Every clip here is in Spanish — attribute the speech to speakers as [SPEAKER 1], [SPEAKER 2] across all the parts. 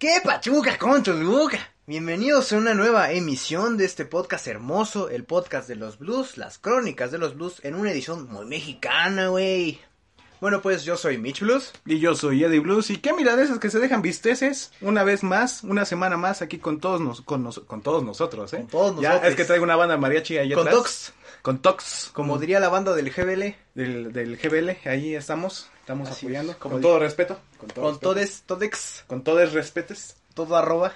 [SPEAKER 1] ¿Qué pachuca con Toluca? Bienvenidos a una nueva emisión de este podcast hermoso, el podcast de los blues, las crónicas de los blues, en una edición muy mexicana, güey. Bueno, pues yo soy Mitch Blues.
[SPEAKER 2] Y yo soy Eddie Blues. Y qué milanesas que se dejan visteces una vez más, una semana más aquí con todos, nos, con, nos- con todos nosotros, ¿eh?
[SPEAKER 1] Con todos
[SPEAKER 2] Ya,
[SPEAKER 1] nosotros.
[SPEAKER 2] es que traigo una banda mariachi ahí
[SPEAKER 1] Con
[SPEAKER 2] atrás.
[SPEAKER 1] Tox.
[SPEAKER 2] Con Tox.
[SPEAKER 1] Como diría la banda del GBL,
[SPEAKER 2] Del, del GBL, ahí estamos. Estamos
[SPEAKER 1] Así
[SPEAKER 2] apoyando.
[SPEAKER 1] es, como
[SPEAKER 2] con
[SPEAKER 1] di-
[SPEAKER 2] todo respeto. Con todo
[SPEAKER 1] con
[SPEAKER 2] respeto.
[SPEAKER 1] todes, todex,
[SPEAKER 2] Con todos respetes.
[SPEAKER 1] todo arroba.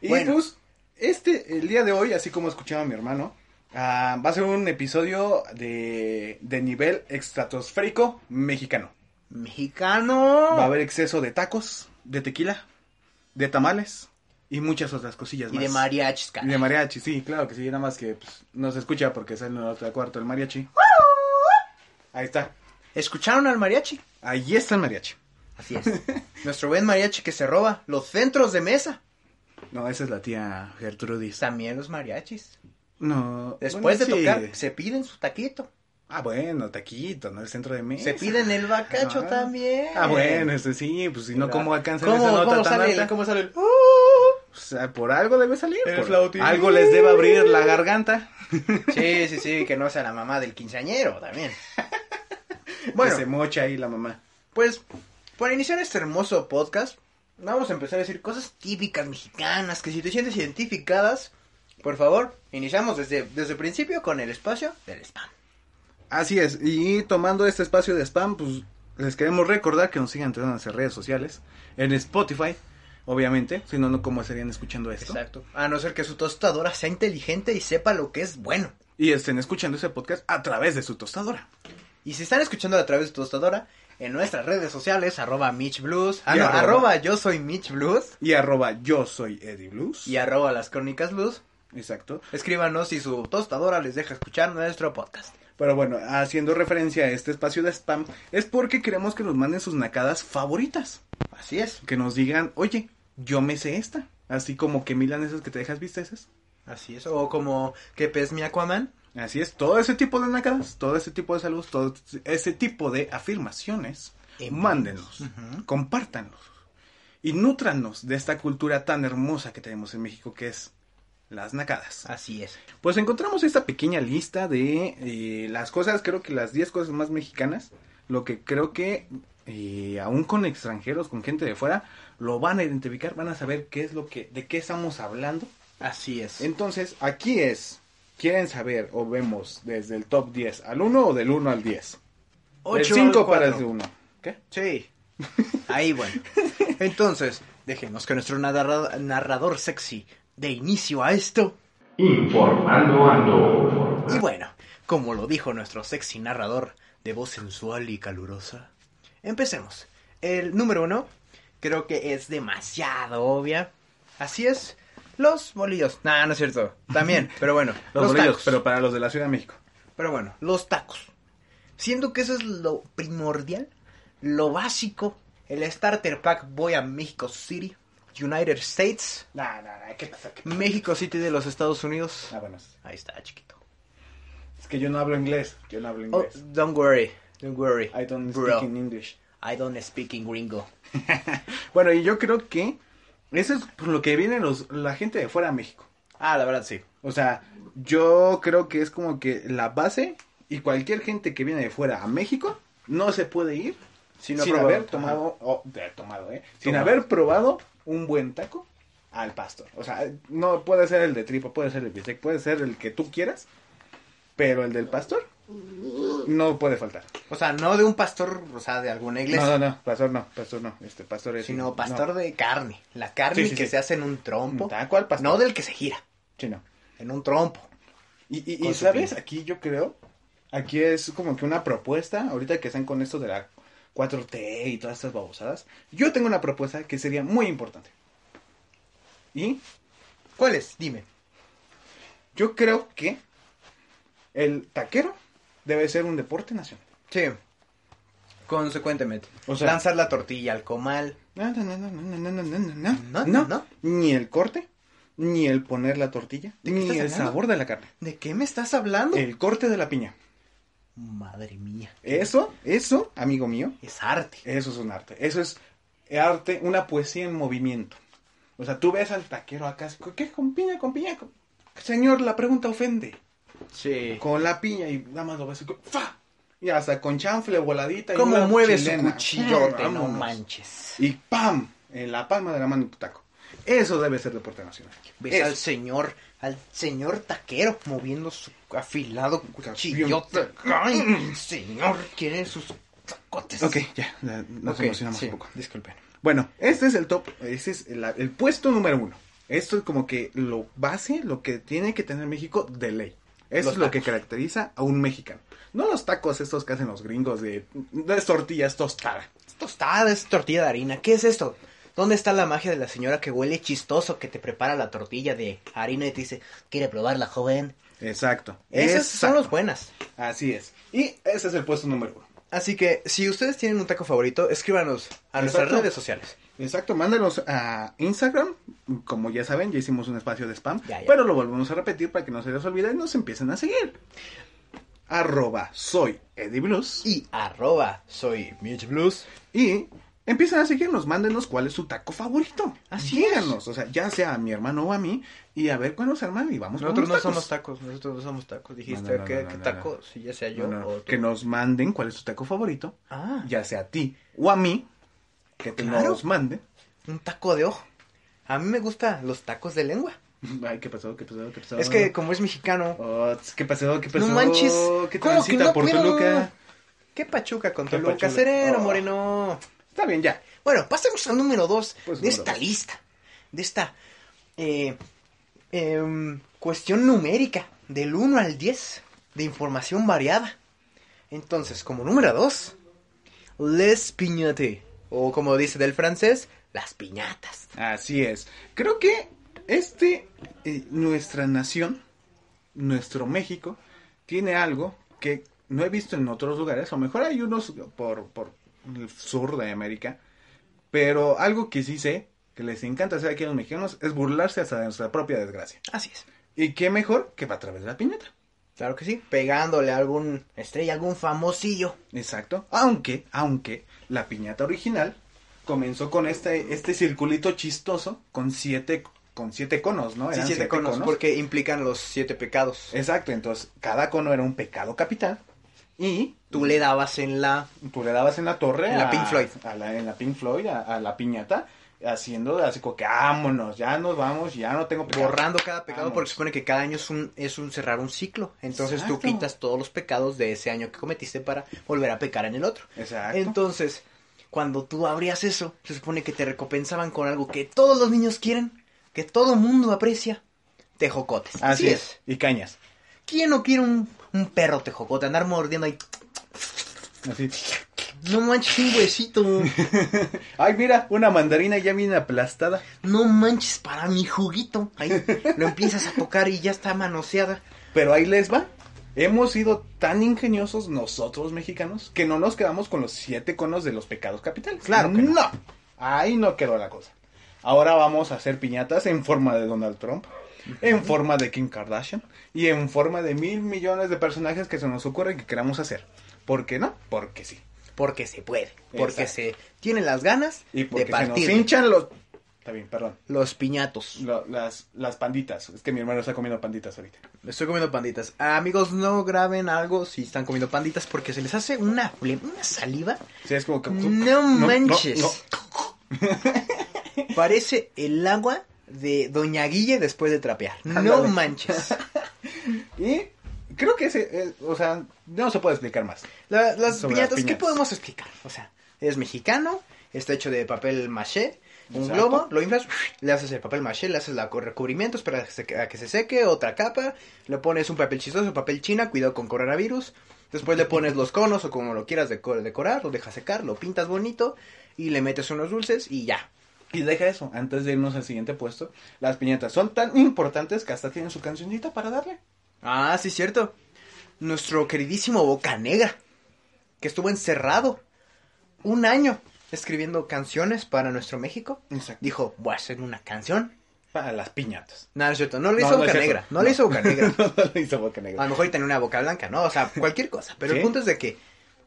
[SPEAKER 2] Y
[SPEAKER 1] Bueno.
[SPEAKER 2] pues, este, el día de hoy, así como escuchaba mi hermano, ah, va a ser un episodio de, de nivel estratosférico mexicano.
[SPEAKER 1] Mexicano.
[SPEAKER 2] Va a haber exceso de tacos, de tequila, de tamales y muchas otras cosillas
[SPEAKER 1] Y
[SPEAKER 2] más.
[SPEAKER 1] de mariachis,
[SPEAKER 2] Y
[SPEAKER 1] cara.
[SPEAKER 2] de mariachi, sí, claro que sí, nada más que pues, no se escucha porque sale en el otro cuarto el mariachi. Ahí está,
[SPEAKER 1] ¿Escucharon al mariachi?
[SPEAKER 2] ahí está el mariachi.
[SPEAKER 1] Así es. Nuestro buen mariachi que se roba los centros de mesa. Pues,
[SPEAKER 2] No, esa es la tía Gertrudis.
[SPEAKER 1] También los mariachis.
[SPEAKER 2] No,
[SPEAKER 1] Después
[SPEAKER 2] bueno,
[SPEAKER 1] de
[SPEAKER 2] sí.
[SPEAKER 1] tocar, se piden su taquito.
[SPEAKER 2] Ah, bueno, taquito, no el centro de mesa.
[SPEAKER 1] Se piden el bacacho
[SPEAKER 2] Ah.
[SPEAKER 1] también.
[SPEAKER 2] Ah, bueno, este sí, pues si no, ¿cómo alcanzan
[SPEAKER 1] ¿Cómo-
[SPEAKER 2] esa nota
[SPEAKER 1] cómo
[SPEAKER 2] tan
[SPEAKER 1] sale el-
[SPEAKER 2] alta?
[SPEAKER 1] ¿Cómo sale el- "Uh"?
[SPEAKER 2] O sea, por algo debe salir.
[SPEAKER 1] El
[SPEAKER 2] por-
[SPEAKER 1] flautín.
[SPEAKER 2] Algo les debe abrir la garganta.
[SPEAKER 1] Sí, sí, sí, que no sea la mamá del quinceañero también.
[SPEAKER 2] Bueno.
[SPEAKER 1] Bueno,
[SPEAKER 2] se mocha ahí la mamá.
[SPEAKER 1] pues, para iniciar este hermoso podcast, vamos a empezar a decir cosas típicas mexicanas que si te sientes identificadas, por favor, iniciamos desde, desde el principio con el espacio del spam.
[SPEAKER 2] Así es, y tomando este espacio de spam, pues les queremos recordar que nos sigan entrando en nuestras redes sociales, en Spotify, obviamente, si no, no cómo estarían escuchando esto.
[SPEAKER 1] Exacto. A no ser que su tostadora sea inteligente y sepa lo que es bueno.
[SPEAKER 2] Y estén escuchando ese podcast a través de su tostadora.
[SPEAKER 1] Y si están escuchando a través de tu tostadora, en nuestras redes sociales, arroba Mitch Blues, ah,
[SPEAKER 2] Y
[SPEAKER 1] no,
[SPEAKER 2] arroba.
[SPEAKER 1] arroba yo soy Mitch Blues
[SPEAKER 2] Y arroba yo soy Eddie Blues.
[SPEAKER 1] y arroba las crónicas Blues,
[SPEAKER 2] Exacto.
[SPEAKER 1] escríbanos si su tostadora les deja escuchar nuestro podcast.
[SPEAKER 2] Pero bueno, haciendo referencia a este espacio de spam, es porque queremos que nos manden sus nacadas favoritas.
[SPEAKER 1] Así es,
[SPEAKER 2] Que nos digan, oye, yo me sé esta. Así como que milan esas que te dejas visteces.
[SPEAKER 1] así es. O como, ¿qué pez mi Aquaman?
[SPEAKER 2] Así es, todo ese tipo de nacadas, todo ese tipo de saludos, todo ese tipo de afirmaciones,
[SPEAKER 1] Envíos.
[SPEAKER 2] mándenlos, compártanlos y nútranos de esta cultura tan hermosa que tenemos en México que es las nacadas.
[SPEAKER 1] Así es.
[SPEAKER 2] Pues encontramos esta pequeña lista de eh, las cosas, creo que las 10 cosas más mexicanas, lo que creo que eh, aún con extranjeros, con gente de fuera, lo van a identificar, van a saber qué es lo que, de qué estamos hablando
[SPEAKER 1] Así es.
[SPEAKER 2] entonces, aquí es. ¿Quieren saber o vemos desde el top 10 al 1 o del 1 al 10? Del
[SPEAKER 1] Ocho
[SPEAKER 2] 5
[SPEAKER 1] al
[SPEAKER 2] para el
[SPEAKER 1] cuatro.
[SPEAKER 2] 1. ¿Qué?
[SPEAKER 1] Sí. Ahí bueno. Entonces, dejemos que nuestro narra- narrador sexy dé inicio a esto.
[SPEAKER 3] Informando ando.
[SPEAKER 1] Y bueno, como lo dijo nuestro sexy narrador de voz sensual y calurosa, empecemos. El número uno creo que es demasiado obvia. Así es, los bolillos. Nah, no es cierto. También, pero bueno.
[SPEAKER 2] Los, bolillos,
[SPEAKER 1] tacos.
[SPEAKER 2] pero para los de la Ciudad de México.
[SPEAKER 1] Pero bueno, los tacos. Siendo que eso es lo primordial, lo básico, el starter pack voy a México City, United States,
[SPEAKER 2] No, no, no, ¿qué pasa? ¿Qué pasa?
[SPEAKER 1] México City de los Estados Unidos.
[SPEAKER 2] Ah, bueno,
[SPEAKER 1] Ahí está, chiquito.
[SPEAKER 2] es que yo no hablo inglés. Yo no hablo
[SPEAKER 1] Oh,
[SPEAKER 2] inglés.
[SPEAKER 1] don't worry, don't worry.
[SPEAKER 2] I don't speak
[SPEAKER 1] bro.
[SPEAKER 2] in English.
[SPEAKER 1] I don't speak in gringo.
[SPEAKER 2] Bueno, y yo creo que eso es por lo que viene los, la gente de fuera a México.
[SPEAKER 1] Ah, la verdad sí.
[SPEAKER 2] O sea, yo creo que es como que la base y cualquier gente que viene de fuera a México no se puede ir
[SPEAKER 1] Si
[SPEAKER 2] sin,
[SPEAKER 1] no ha probado.
[SPEAKER 2] haber tomado, oh, de- tomado, eh, sin
[SPEAKER 1] Tomado.
[SPEAKER 2] haber probado un buen taco al pastor. O sea, no puede ser el de tripa, puede ser el bistec, puede ser el que tú quieras, pero el del pastor no puede faltar.
[SPEAKER 1] O sea, no de un pastor, o sea, de alguna iglesia,
[SPEAKER 2] No, no, no, pastor no, pastor no, este pastor es
[SPEAKER 1] sino pastor de carne. La carne
[SPEAKER 2] Sí, sí,
[SPEAKER 1] que
[SPEAKER 2] sí.
[SPEAKER 1] se hace en un trompo.
[SPEAKER 2] Tal cual, pastor.
[SPEAKER 1] No del que se gira,
[SPEAKER 2] Sí, no.
[SPEAKER 1] en un trompo.
[SPEAKER 2] Y, y- y
[SPEAKER 1] Con su
[SPEAKER 2] sabes,
[SPEAKER 1] pinza.
[SPEAKER 2] aquí yo creo, aquí es como que una propuesta, ahorita que están con esto de la 4T y todas estas babosadas, yo tengo una propuesta que sería muy importante. Y
[SPEAKER 1] ¿Cuáles? Dime.
[SPEAKER 2] yo creo que el taquero debe ser un deporte nacional.
[SPEAKER 1] Sí. Consecuentemente.
[SPEAKER 2] O sea-
[SPEAKER 1] lanzar la tortilla al comal.
[SPEAKER 2] No, no, no, no, no, no, no, no, no,
[SPEAKER 1] No,
[SPEAKER 2] no,
[SPEAKER 1] no.
[SPEAKER 2] Ni el corte, ni el poner la tortilla,
[SPEAKER 1] ¿De qué
[SPEAKER 2] ni
[SPEAKER 1] estás
[SPEAKER 2] el
[SPEAKER 1] hablando?
[SPEAKER 2] sabor de la carne.
[SPEAKER 1] ¿De qué me estás hablando?
[SPEAKER 2] El corte de la piña.
[SPEAKER 1] Madre mía.
[SPEAKER 2] Eso, eso, amigo mío,
[SPEAKER 1] Es arte.
[SPEAKER 2] eso es un arte. Eso es arte, una poesía en movimiento. O sea, tú ves al taquero acá, así, ¿qué? Con piña, con piña. con- Señor, la pregunta ofende.
[SPEAKER 1] Sí.
[SPEAKER 2] Con la piña y nada más lo ves. así, ¡fa! Y hasta con chanfle voladita. y
[SPEAKER 1] ¿Cómo
[SPEAKER 2] una
[SPEAKER 1] mueve su
[SPEAKER 2] chilena. Ah,
[SPEAKER 1] cuchillote? No
[SPEAKER 2] Vámonos.
[SPEAKER 1] manches.
[SPEAKER 2] Y ¡pam! En la palma de la mano tu taco. Eso debe ser deporte nacional.
[SPEAKER 1] Ves
[SPEAKER 2] Eso.
[SPEAKER 1] al señor, al señor taquero moviendo su afilado cuchillote. Ay, señor, quiere sus tacotes.
[SPEAKER 2] Mm. Ok, ya, ya, nos
[SPEAKER 1] Ok,
[SPEAKER 2] emocionamos
[SPEAKER 1] sí,
[SPEAKER 2] un poco.
[SPEAKER 1] Disculpen.
[SPEAKER 2] Bueno, este es el top, este es el, el puesto número uno. Esto es como que lo base, lo que tiene que tener México de ley. Eso
[SPEAKER 1] Los
[SPEAKER 2] es lo que caracteriza a un mexicano. No los tacos estos que hacen los gringos de, de tortillas tostada.
[SPEAKER 1] Tostada es tortilla de harina. ¿Qué es esto? ¿Dónde está la magia de la señora que huele chistoso que te prepara la tortilla de harina y te dice, ¿quiere probarla, joven?
[SPEAKER 2] Exacto.
[SPEAKER 1] Esas son
[SPEAKER 2] exacto.
[SPEAKER 1] las buenas.
[SPEAKER 2] Así es. Y ese es el puesto número uno.
[SPEAKER 1] Así que, si ustedes tienen un taco favorito, escríbanos a nuestras
[SPEAKER 2] Exacto.
[SPEAKER 1] redes sociales.
[SPEAKER 2] Exacto, mándanos a Instagram. Como ya saben, ya hicimos un espacio de spam.
[SPEAKER 1] Ya, ya.
[SPEAKER 2] Pero lo volvemos a repetir para que no se les olvide y nos empiecen a seguir. Arroba soy Eddie Blues.
[SPEAKER 1] Y arroba, soy Mitch Blues.
[SPEAKER 2] Y empiezan a seguirnos, mándenos cuál es su taco favorito.
[SPEAKER 1] Así
[SPEAKER 2] Díganos, o sea, ya sea a mi hermano o a mí, y a ver cuándo se arman y vamos por
[SPEAKER 1] Nosotros no
[SPEAKER 2] unos
[SPEAKER 1] somos
[SPEAKER 2] tacos.
[SPEAKER 1] tacos, nosotros no somos tacos. Dijiste,
[SPEAKER 2] No, no, no,
[SPEAKER 1] ¿qué,
[SPEAKER 2] no,
[SPEAKER 1] qué
[SPEAKER 2] no,
[SPEAKER 1] taco? Si ya sea yo
[SPEAKER 2] No, no,
[SPEAKER 1] o tú.
[SPEAKER 2] Que nos manden cuál es su taco favorito,
[SPEAKER 1] Ah,
[SPEAKER 2] ya sea a ti o a mí, que te
[SPEAKER 1] Claro.
[SPEAKER 2] nos manden.
[SPEAKER 1] un taco de ojo. A mí me gustan los tacos de lengua.
[SPEAKER 2] Ay, qué pasó, qué pasó, qué pasó.
[SPEAKER 1] Es que como es mexicano,
[SPEAKER 2] Ots, ¿Qué pasó? ¿Qué pasó?
[SPEAKER 1] no manches.
[SPEAKER 2] ¿Qué
[SPEAKER 1] ¿Cómo que
[SPEAKER 2] transita
[SPEAKER 1] no
[SPEAKER 2] por
[SPEAKER 1] puedo?
[SPEAKER 2] Toluca?
[SPEAKER 1] ¿Qué pachuca con
[SPEAKER 2] ¿Qué
[SPEAKER 1] Toluca?
[SPEAKER 2] pachuca?
[SPEAKER 1] Sereno,
[SPEAKER 2] Oh.
[SPEAKER 1] Moreno.
[SPEAKER 2] Está bien, ya.
[SPEAKER 1] Bueno, pasemos al número dos
[SPEAKER 2] Pues,
[SPEAKER 1] de
[SPEAKER 2] número
[SPEAKER 1] esta
[SPEAKER 2] dos.
[SPEAKER 1] lista. De esta eh, em, cuestión numérica del 1 al 10 de información variada. Entonces, como número dos, les piñate. O como dice del francés, las piñatas.
[SPEAKER 2] Así es. Creo que este, eh, nuestra nación, nuestro México, tiene algo que no he visto en otros lugares, o mejor hay unos por, por el sur de América, pero algo que sí sé que les encanta hacer aquí a los mexicanos es burlarse hasta de nuestra propia desgracia.
[SPEAKER 1] Así es.
[SPEAKER 2] ¿Y qué mejor que a través de la piñata?
[SPEAKER 1] Claro que sí, pegándole a algún estrella, algún famosillo.
[SPEAKER 2] Exacto. Aunque, aunque, la piñata original comenzó con este, este circulito chistoso con siete, con siete Eh, conos, ¿no?
[SPEAKER 1] Sí,
[SPEAKER 2] Eran
[SPEAKER 1] siete conos, porque implican los siete pecados.
[SPEAKER 2] Exacto, entonces cada cono era un pecado capital y
[SPEAKER 1] Tú le dabas en la...
[SPEAKER 2] tú le dabas en la torre
[SPEAKER 1] En la
[SPEAKER 2] a-
[SPEAKER 1] Pink Floyd.
[SPEAKER 2] a la- en la Pink Floyd, a, a la piñata, haciendo así como que vámonos, ya nos vamos, ya no tengo pecado.
[SPEAKER 1] borrando cada pecado
[SPEAKER 2] Vamos.
[SPEAKER 1] porque se supone que cada año es un, es un cerrar un ciclo. Entonces tú
[SPEAKER 2] Exacto.
[SPEAKER 1] quitas todos los pecados de ese año que cometiste para volver a pecar en el otro.
[SPEAKER 2] Exacto.
[SPEAKER 1] Entonces, cuando tú abrías eso, se supone que te recompensaban con algo que todos los niños quieren, que todo mundo aprecia, tejocotes.
[SPEAKER 2] así es. Y cañas.
[SPEAKER 1] ¿Quién no quiere un, un perro tejocote? Andar mordiendo ahí,
[SPEAKER 2] Así.
[SPEAKER 1] no manches un huesito,
[SPEAKER 2] Ay, mira, una mandarina ya bien aplastada.
[SPEAKER 1] no manches para mi juguito. Ahí lo empiezas a tocar y ya está manoseada.
[SPEAKER 2] Pero ahí les va. Hemos sido tan ingeniosos nosotros mexicanos que no nos quedamos con los siete conos de los pecados capitales.
[SPEAKER 1] Claro que no.
[SPEAKER 2] Ahí no quedó la cosa. Ahora vamos a hacer piñatas en forma de Donald Trump, en forma de Kim Kardashian y en forma de mil millones de personajes que se nos ocurre que queramos hacer. ¿Por qué no? Porque sí.
[SPEAKER 1] Porque se puede. Porque
[SPEAKER 2] Exacto.
[SPEAKER 1] se tiene las ganas
[SPEAKER 2] Y
[SPEAKER 1] de
[SPEAKER 2] porque se nos
[SPEAKER 1] partir
[SPEAKER 2] hinchan los... Está bien, perdón.
[SPEAKER 1] los piñatos.
[SPEAKER 2] Lo- las, las panditas. Es que mi hermano está comiendo panditas ahorita.
[SPEAKER 1] Estoy comiendo panditas. Ah, amigos, no graben algo si están comiendo panditas porque se les hace una, fle- una saliva.
[SPEAKER 2] Sí, es como que...
[SPEAKER 1] No manches.
[SPEAKER 2] no.
[SPEAKER 1] Parece el agua de Doña Guille después de trapear. No
[SPEAKER 2] Ándale.
[SPEAKER 1] manches.
[SPEAKER 2] Y creo que ese, eh, o sea, no se puede explicar más.
[SPEAKER 1] La- las
[SPEAKER 2] Sobre
[SPEAKER 1] piñatas,
[SPEAKER 2] las
[SPEAKER 1] ¿qué
[SPEAKER 2] piñatas.
[SPEAKER 1] podemos explicar? O sea, es mexicano, está hecho de papel maché, un
[SPEAKER 2] Exacto.
[SPEAKER 1] globo, lo inflas, le haces el papel maché, le haces la co- recubrimiento, espera a que se- a que se seque, otra capa, le pones un papel chistoso, papel china, cuidado con coronavirus, después le pones los conos o como lo quieras deco- decorar, lo dejas secar, lo pintas bonito y le metes unos dulces y ya.
[SPEAKER 2] Y deja eso, antes de irnos al siguiente puesto, las piñatas son tan importantes que hasta tienen su cancioncita para darle.
[SPEAKER 1] Ah, sí, cierto. Nuestro queridísimo Bocanegra, que estuvo encerrado un año escribiendo canciones para nuestro México,
[SPEAKER 2] Exacto.
[SPEAKER 1] dijo, voy a hacer una canción.
[SPEAKER 2] Para las piñatas.
[SPEAKER 1] No, no es cierto, no lo
[SPEAKER 2] No,
[SPEAKER 1] hizo
[SPEAKER 2] no es
[SPEAKER 1] Bocanegra,
[SPEAKER 2] cierto.
[SPEAKER 1] no, lo
[SPEAKER 2] No.
[SPEAKER 1] hizo Bocanegra.
[SPEAKER 2] no lo hizo Boca
[SPEAKER 1] A
[SPEAKER 2] Negra.
[SPEAKER 1] lo mejor y tenía una boca blanca, ¿no? O sea, cualquier cosa. Pero
[SPEAKER 2] Sí.
[SPEAKER 1] el punto es de que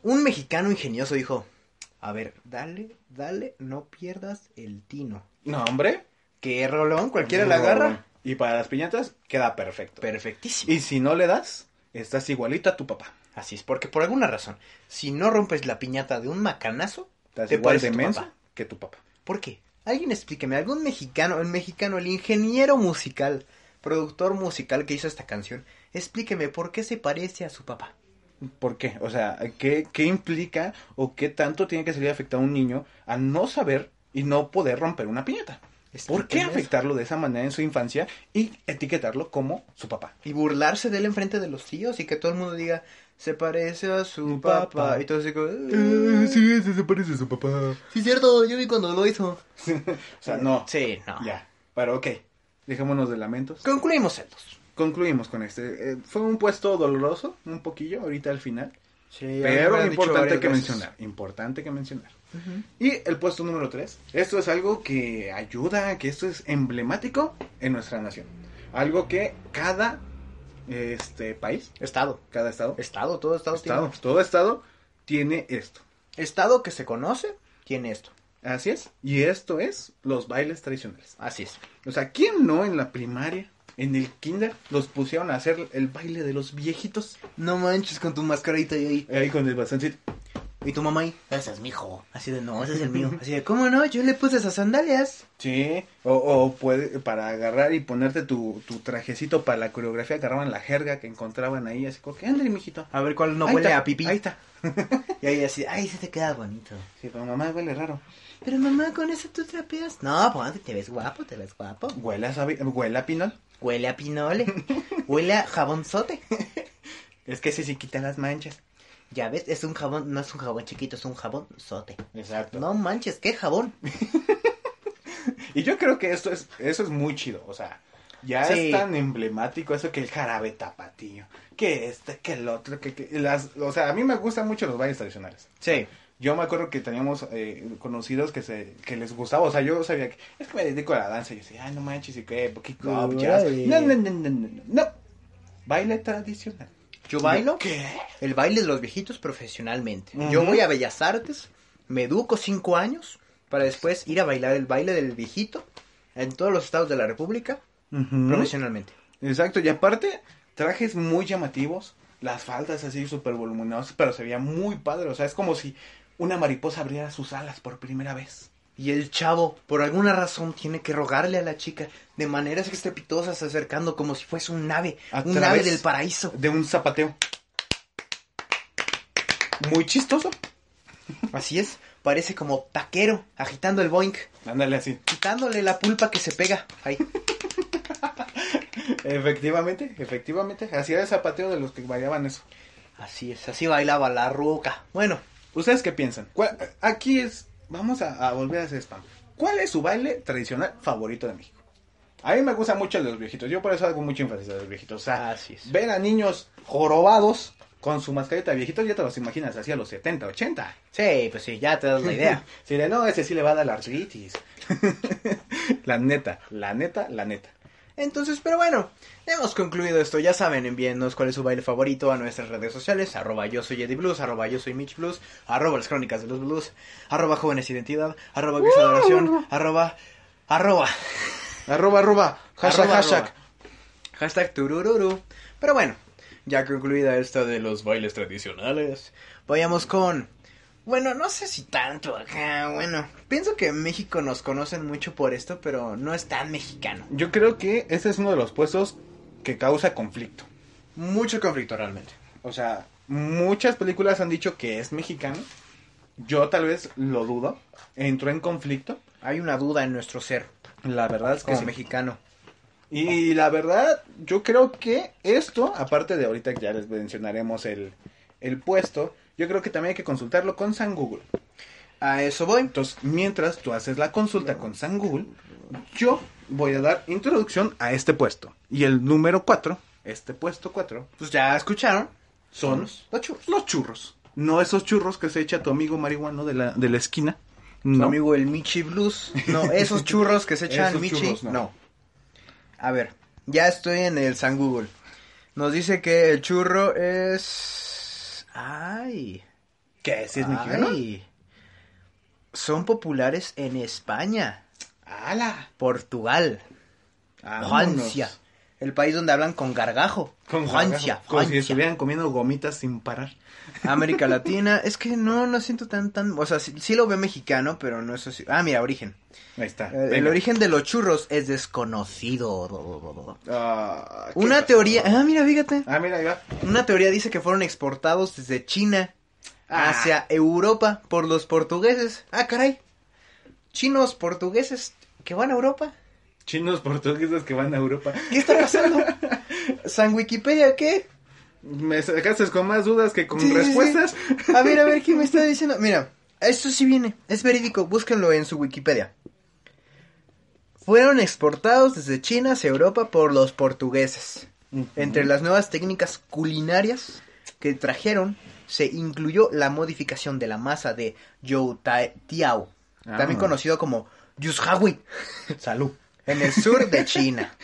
[SPEAKER 1] un mexicano ingenioso dijo, a ver, dale, dale, no pierdas el tino.
[SPEAKER 2] No, hombre.
[SPEAKER 1] Que rolón, cualquiera la agarra.
[SPEAKER 2] Y para las piñatas queda perfecto.
[SPEAKER 1] Perfectísimo.
[SPEAKER 2] Y si no le das, estás igualita a tu papá.
[SPEAKER 1] Así es, porque por alguna razón, si no rompes la piñata de un macanazo,
[SPEAKER 2] Estás
[SPEAKER 1] te
[SPEAKER 2] igual
[SPEAKER 1] pareces
[SPEAKER 2] de
[SPEAKER 1] tu
[SPEAKER 2] menso
[SPEAKER 1] papá.
[SPEAKER 2] que tu papá.
[SPEAKER 1] ¿Por qué? Alguien explíqueme, algún mexicano, el mexicano, el ingeniero musical, productor musical que hizo esta canción, explíqueme por qué se parece a su papá.
[SPEAKER 2] ¿Por qué? O sea, ¿qué, ¿qué implica o qué tanto tiene que salir afectado a un niño al no saber y no poder romper una piñata? ¿Por qué
[SPEAKER 1] Explíqueme eso.
[SPEAKER 2] afectarlo de esa manera en su infancia y etiquetarlo como su papá?
[SPEAKER 1] Y burlarse de él enfrente de los tíos y que todo el mundo diga, se parece a su
[SPEAKER 2] Su
[SPEAKER 1] papá.
[SPEAKER 2] papá.
[SPEAKER 1] Y todo así como, "Eh, sí,
[SPEAKER 2] Sí, se parece a su papá.
[SPEAKER 1] sí es cierto, yo vi cuando lo hizo.
[SPEAKER 2] O sea, no.
[SPEAKER 1] Sí, no.
[SPEAKER 2] Ya, pero ok. Dejémonos de lamentos.
[SPEAKER 1] Concluimos celos.
[SPEAKER 2] Concluimos con este. Eh, fue un puesto doloroso, un poquillo, ahorita al final.
[SPEAKER 1] Sí,
[SPEAKER 2] Pero importante que mencionar. Importante que mencionar. Y el puesto número 3. Esto es algo que ayuda, que esto es emblemático en nuestra nación. Algo que cada este país,
[SPEAKER 1] Estado.
[SPEAKER 2] cada estado,
[SPEAKER 1] Estado, todo estado,
[SPEAKER 2] estado, todo estado tiene esto.
[SPEAKER 1] tiene. Estado que se conoce tiene esto.
[SPEAKER 2] Así es. Y esto es los bailes tradicionales.
[SPEAKER 1] Así es.
[SPEAKER 2] O sea, ¿quién no en la primaria, en el kinder, los pusieron a hacer el baile de los viejitos?
[SPEAKER 1] No manches con tu mascarita y ahí.
[SPEAKER 2] Ahí con el bastoncito.
[SPEAKER 1] Y tu mamá ahí. Ese es mi hijo. Así de, no, ese es el mío. Así de, ¿cómo no? Yo le puse esas sandalias.
[SPEAKER 2] Sí, o, o puede, para agarrar y ponerte tu, tu trajecito para la coreografía, agarraban la jerga que encontraban ahí, así como que ándale, mijito.
[SPEAKER 1] A ver cuál no
[SPEAKER 2] Ahí
[SPEAKER 1] huele
[SPEAKER 2] está,
[SPEAKER 1] a pipí.
[SPEAKER 2] Ahí está.
[SPEAKER 1] Y ahí así, ay, se te queda bonito.
[SPEAKER 2] Sí, pero mamá huele raro.
[SPEAKER 1] Pero mamá, con eso tú trapeas. No, pues te ves guapo, te ves guapo.
[SPEAKER 2] Huele a, sabi- huele a pinol.
[SPEAKER 1] Huele a pinole. Huele a jabonzote.
[SPEAKER 2] Es que ese sí quita las manchas.
[SPEAKER 1] Ya ves, es un jabón, no es un jabón chiquito, es un jabón sote.
[SPEAKER 2] Exacto.
[SPEAKER 1] No manches, qué jabón.
[SPEAKER 2] Y yo creo que esto es, eso es muy chido, o sea, ya
[SPEAKER 1] Sí.
[SPEAKER 2] es tan emblemático eso que el jarabe tapatío, que este, que el otro, que, que- las, o sea, a mí me gustan mucho los bailes tradicionales.
[SPEAKER 1] Sí.
[SPEAKER 2] Yo me acuerdo que teníamos eh, conocidos que se que les gustaba, o sea, yo sabía que es que me dedico a la danza. Y yo decía, ay, no manches, y qué, hip hop, jazz.
[SPEAKER 1] Órale.
[SPEAKER 2] No, no, no, no, no, no, no. Baile tradicional.
[SPEAKER 1] Yo bailo
[SPEAKER 2] ¿Qué?
[SPEAKER 1] el baile de los viejitos profesionalmente.
[SPEAKER 2] Ujú.
[SPEAKER 1] Yo voy a Bellas Artes, me educo cinco años para después ir a bailar el baile del viejito en todos los estados de la República profesionalmente.
[SPEAKER 2] Exacto, y aparte, trajes muy llamativos, las faldas así súper voluminosas, pero se veía muy padre, o sea, es como si una mariposa abriera sus alas por primera vez.
[SPEAKER 1] Y el chavo, por alguna razón, tiene que rogarle a la chica de maneras estrepitosas, acercando como si fuese un ave,
[SPEAKER 2] A
[SPEAKER 1] un
[SPEAKER 2] través
[SPEAKER 1] ave del paraíso.
[SPEAKER 2] De un zapateo. Muy chistoso.
[SPEAKER 1] Así es, parece como taquero, agitando el boink,
[SPEAKER 2] Ándale así.
[SPEAKER 1] quitándole la pulpa que se pega. Ay,
[SPEAKER 2] Efectivamente, efectivamente. Hacía el zapateo de los que bailaban eso.
[SPEAKER 1] así es, así bailaba la ruca. Bueno,
[SPEAKER 2] ¿Ustedes qué piensan? ¿Cuál- aquí es. Vamos a, a volver a hacer spam. ¿Cuál es su baile tradicional favorito de México? A mí me gusta mucho el de los viejitos. Yo por eso hago mucho énfasis de los viejitos. O sea,
[SPEAKER 1] Así es.
[SPEAKER 2] ver a niños jorobados con su mascarita de viejitos, ya te los imaginas, así a los 70, 80.
[SPEAKER 1] sí, pues sí, ya te das la idea.
[SPEAKER 2] Si de no, ese sí le va a dar la artritis. la neta, la neta, la neta.
[SPEAKER 1] Entonces, pero bueno, hemos concluido esto. Ya saben, envíennos cuál es su baile favorito a nuestras redes sociales. Arroba yo soy Eddie Blues, arroba yo soy Mitch Blues, arroba las crónicas de los blues, arroba jóvenes identidad, arroba Gris adoración, arroba, arroba,
[SPEAKER 2] Arroba, arroba, hashtag,
[SPEAKER 1] arroba,
[SPEAKER 2] hashtag.
[SPEAKER 1] arroba. hashtag turururu. Pero bueno, ya concluida esta de los bailes tradicionales, vayamos con... Bueno, no sé si tanto acá, bueno, pienso que en México nos conocen mucho por esto, pero no es tan mexicano.
[SPEAKER 2] Yo creo que este es uno de los puestos que causa conflicto.
[SPEAKER 1] Mucho conflicto realmente.
[SPEAKER 2] O sea, muchas películas han dicho que es mexicano. Yo tal vez lo dudo. Entró en conflicto.
[SPEAKER 1] Hay Oh, una duda en nuestro ser
[SPEAKER 2] La verdad es que
[SPEAKER 1] como
[SPEAKER 2] sí.
[SPEAKER 1] mexicano.
[SPEAKER 2] Y la verdad, yo creo que esto, aparte de ahorita que ya les mencionaremos el, el puesto, yo creo que también hay que consultarlo con San Google.
[SPEAKER 1] A eso voy.
[SPEAKER 2] Entonces, mientras tú haces la consulta con Sangul, yo voy a dar introducción a este puesto. Y el número 4, este puesto 4,
[SPEAKER 1] Pues ya escucharon.
[SPEAKER 2] son
[SPEAKER 1] Los churros.
[SPEAKER 2] los churros. No esos churros que se echa tu amigo marihuano de la, de la esquina.
[SPEAKER 1] Tu
[SPEAKER 2] No.
[SPEAKER 1] amigo el Michi Blues. No, esos churros que se echan
[SPEAKER 2] Esos
[SPEAKER 1] Michi.
[SPEAKER 2] churros,
[SPEAKER 1] no.
[SPEAKER 2] no.
[SPEAKER 1] A ver, ya estoy en el San Google. Nos dice que el churro es. Ay.
[SPEAKER 2] ¿Qué? ¿Si
[SPEAKER 1] ay. Son populares en España,
[SPEAKER 2] ¡Hala!
[SPEAKER 1] Portugal, Francia. El país donde hablan con gargajo.
[SPEAKER 2] Con
[SPEAKER 1] Francia,
[SPEAKER 2] gargajo. Como si
[SPEAKER 1] Francia.
[SPEAKER 2] estuvieran comiendo gomitas sin parar.
[SPEAKER 1] América Latina. Es que no, no siento tan, tan. O sea, sí, sí lo veo mexicano, pero no es así. Ah, mira, origen. Eh,
[SPEAKER 2] Ahí está.
[SPEAKER 1] El, el
[SPEAKER 2] Ah, venga.
[SPEAKER 1] origen de los churros es desconocido.
[SPEAKER 2] Ah, ¿qué
[SPEAKER 1] Una
[SPEAKER 2] pasó?
[SPEAKER 1] teoría. Ah, mira, fíjate.
[SPEAKER 2] Ah, mira, ahí va.
[SPEAKER 1] Una teoría dice que fueron exportados desde China
[SPEAKER 2] Ah.
[SPEAKER 1] hacia Europa por los portugueses. Ah, caray. Chinos portugueses que van a Europa.
[SPEAKER 2] Chinos portugueses que van a Europa.
[SPEAKER 1] ¿Qué está pasando? ¿San Wikipedia qué?
[SPEAKER 2] Me sacaste con más dudas que con
[SPEAKER 1] Sí, sí, sí.
[SPEAKER 2] respuestas.
[SPEAKER 1] A ver, a ver, ¿qué me está diciendo? Mira, esto sí viene, es verídico, búsquenlo en su Wikipedia. Fueron exportados desde China hacia Europa por los portugueses. Entre las nuevas técnicas culinarias que trajeron, se incluyó la modificación de la masa de Youtiao,
[SPEAKER 2] Ah.
[SPEAKER 1] también conocido como Yuzhawi. Salud. En el sur de China.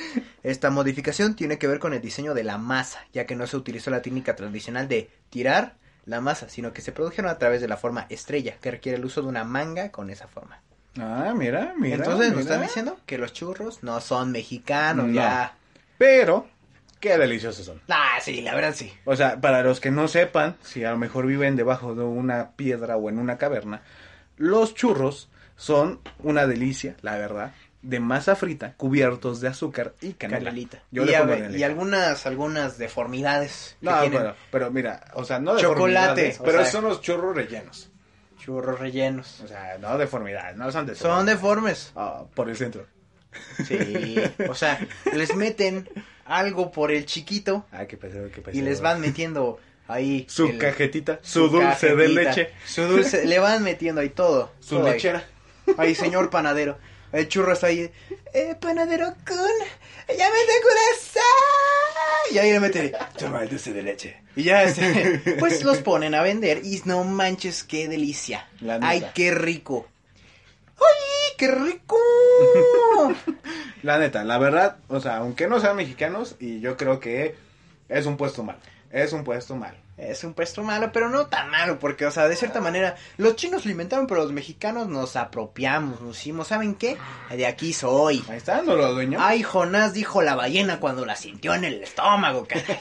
[SPEAKER 1] Esta modificación tiene que ver con el diseño de la masa, ya que no se utilizó la técnica tradicional de tirar la masa, sino que se produjeron a través de la forma estrella, que requiere el uso de una manga con esa forma.
[SPEAKER 2] Ah, mira, mira.
[SPEAKER 1] Entonces nos
[SPEAKER 2] mira.
[SPEAKER 1] están diciendo que los churros no son mexicanos,
[SPEAKER 2] No.
[SPEAKER 1] ya.
[SPEAKER 2] Pero, qué deliciosos son.
[SPEAKER 1] Ah, sí, la verdad sí.
[SPEAKER 2] O sea, para los que no sepan, si a lo mejor viven debajo de una piedra o en una caverna, los churros son una delicia, la verdad, de masa frita, cubiertos de azúcar y canela.
[SPEAKER 1] Canelita.
[SPEAKER 2] Yo
[SPEAKER 1] y,
[SPEAKER 2] le
[SPEAKER 1] a
[SPEAKER 2] pongo
[SPEAKER 1] ver,
[SPEAKER 2] canelita.
[SPEAKER 1] y algunas, algunas deformidades que
[SPEAKER 2] No,
[SPEAKER 1] tienen
[SPEAKER 2] pero, pero mira, o sea, no de
[SPEAKER 1] Chocolate,
[SPEAKER 2] deformidades,
[SPEAKER 1] o
[SPEAKER 2] Pero
[SPEAKER 1] sea.
[SPEAKER 2] son los churros rellenos.
[SPEAKER 1] churros rellenos.
[SPEAKER 2] O sea, no deformidades, no son de
[SPEAKER 1] Son deformes.
[SPEAKER 2] Ah, por el centro.
[SPEAKER 1] Sí. O sea, les meten algo por el chiquito
[SPEAKER 2] Ah, qué pesado, qué pesado.
[SPEAKER 1] y les van metiendo ahí
[SPEAKER 2] Su
[SPEAKER 1] el-
[SPEAKER 2] cajetita, su,
[SPEAKER 1] su
[SPEAKER 2] dulce de
[SPEAKER 1] cajetita,
[SPEAKER 2] leche,
[SPEAKER 1] Su dulce, le van metiendo ahí todo.
[SPEAKER 2] su
[SPEAKER 1] todo ahí.
[SPEAKER 2] lechera.
[SPEAKER 1] Ay, señor panadero. El churro está ahí. Eh, panadero kun, ya me tengo una Y ahí le mete.
[SPEAKER 2] Toma el dulce de leche.
[SPEAKER 1] Y ya, este, pues los ponen a vender. Y no manches, qué delicia.
[SPEAKER 2] La neta.
[SPEAKER 1] Ay, qué rico. ¡Ay, qué rico!
[SPEAKER 2] La neta, la verdad, o sea, aunque no sean mexicanos, y yo creo que es un puesto mal. Es un puesto mal.
[SPEAKER 1] es un puesto malo, pero no tan malo. Porque, o sea, de cierta manera, los chinos lo inventaron, pero los mexicanos nos apropiamos. Nos hicimos, ¿saben qué? De aquí soy.
[SPEAKER 2] Ahí está, no lo dueño.
[SPEAKER 1] Ay, Jonás dijo la ballena cuando la sintió en el estómago, caray.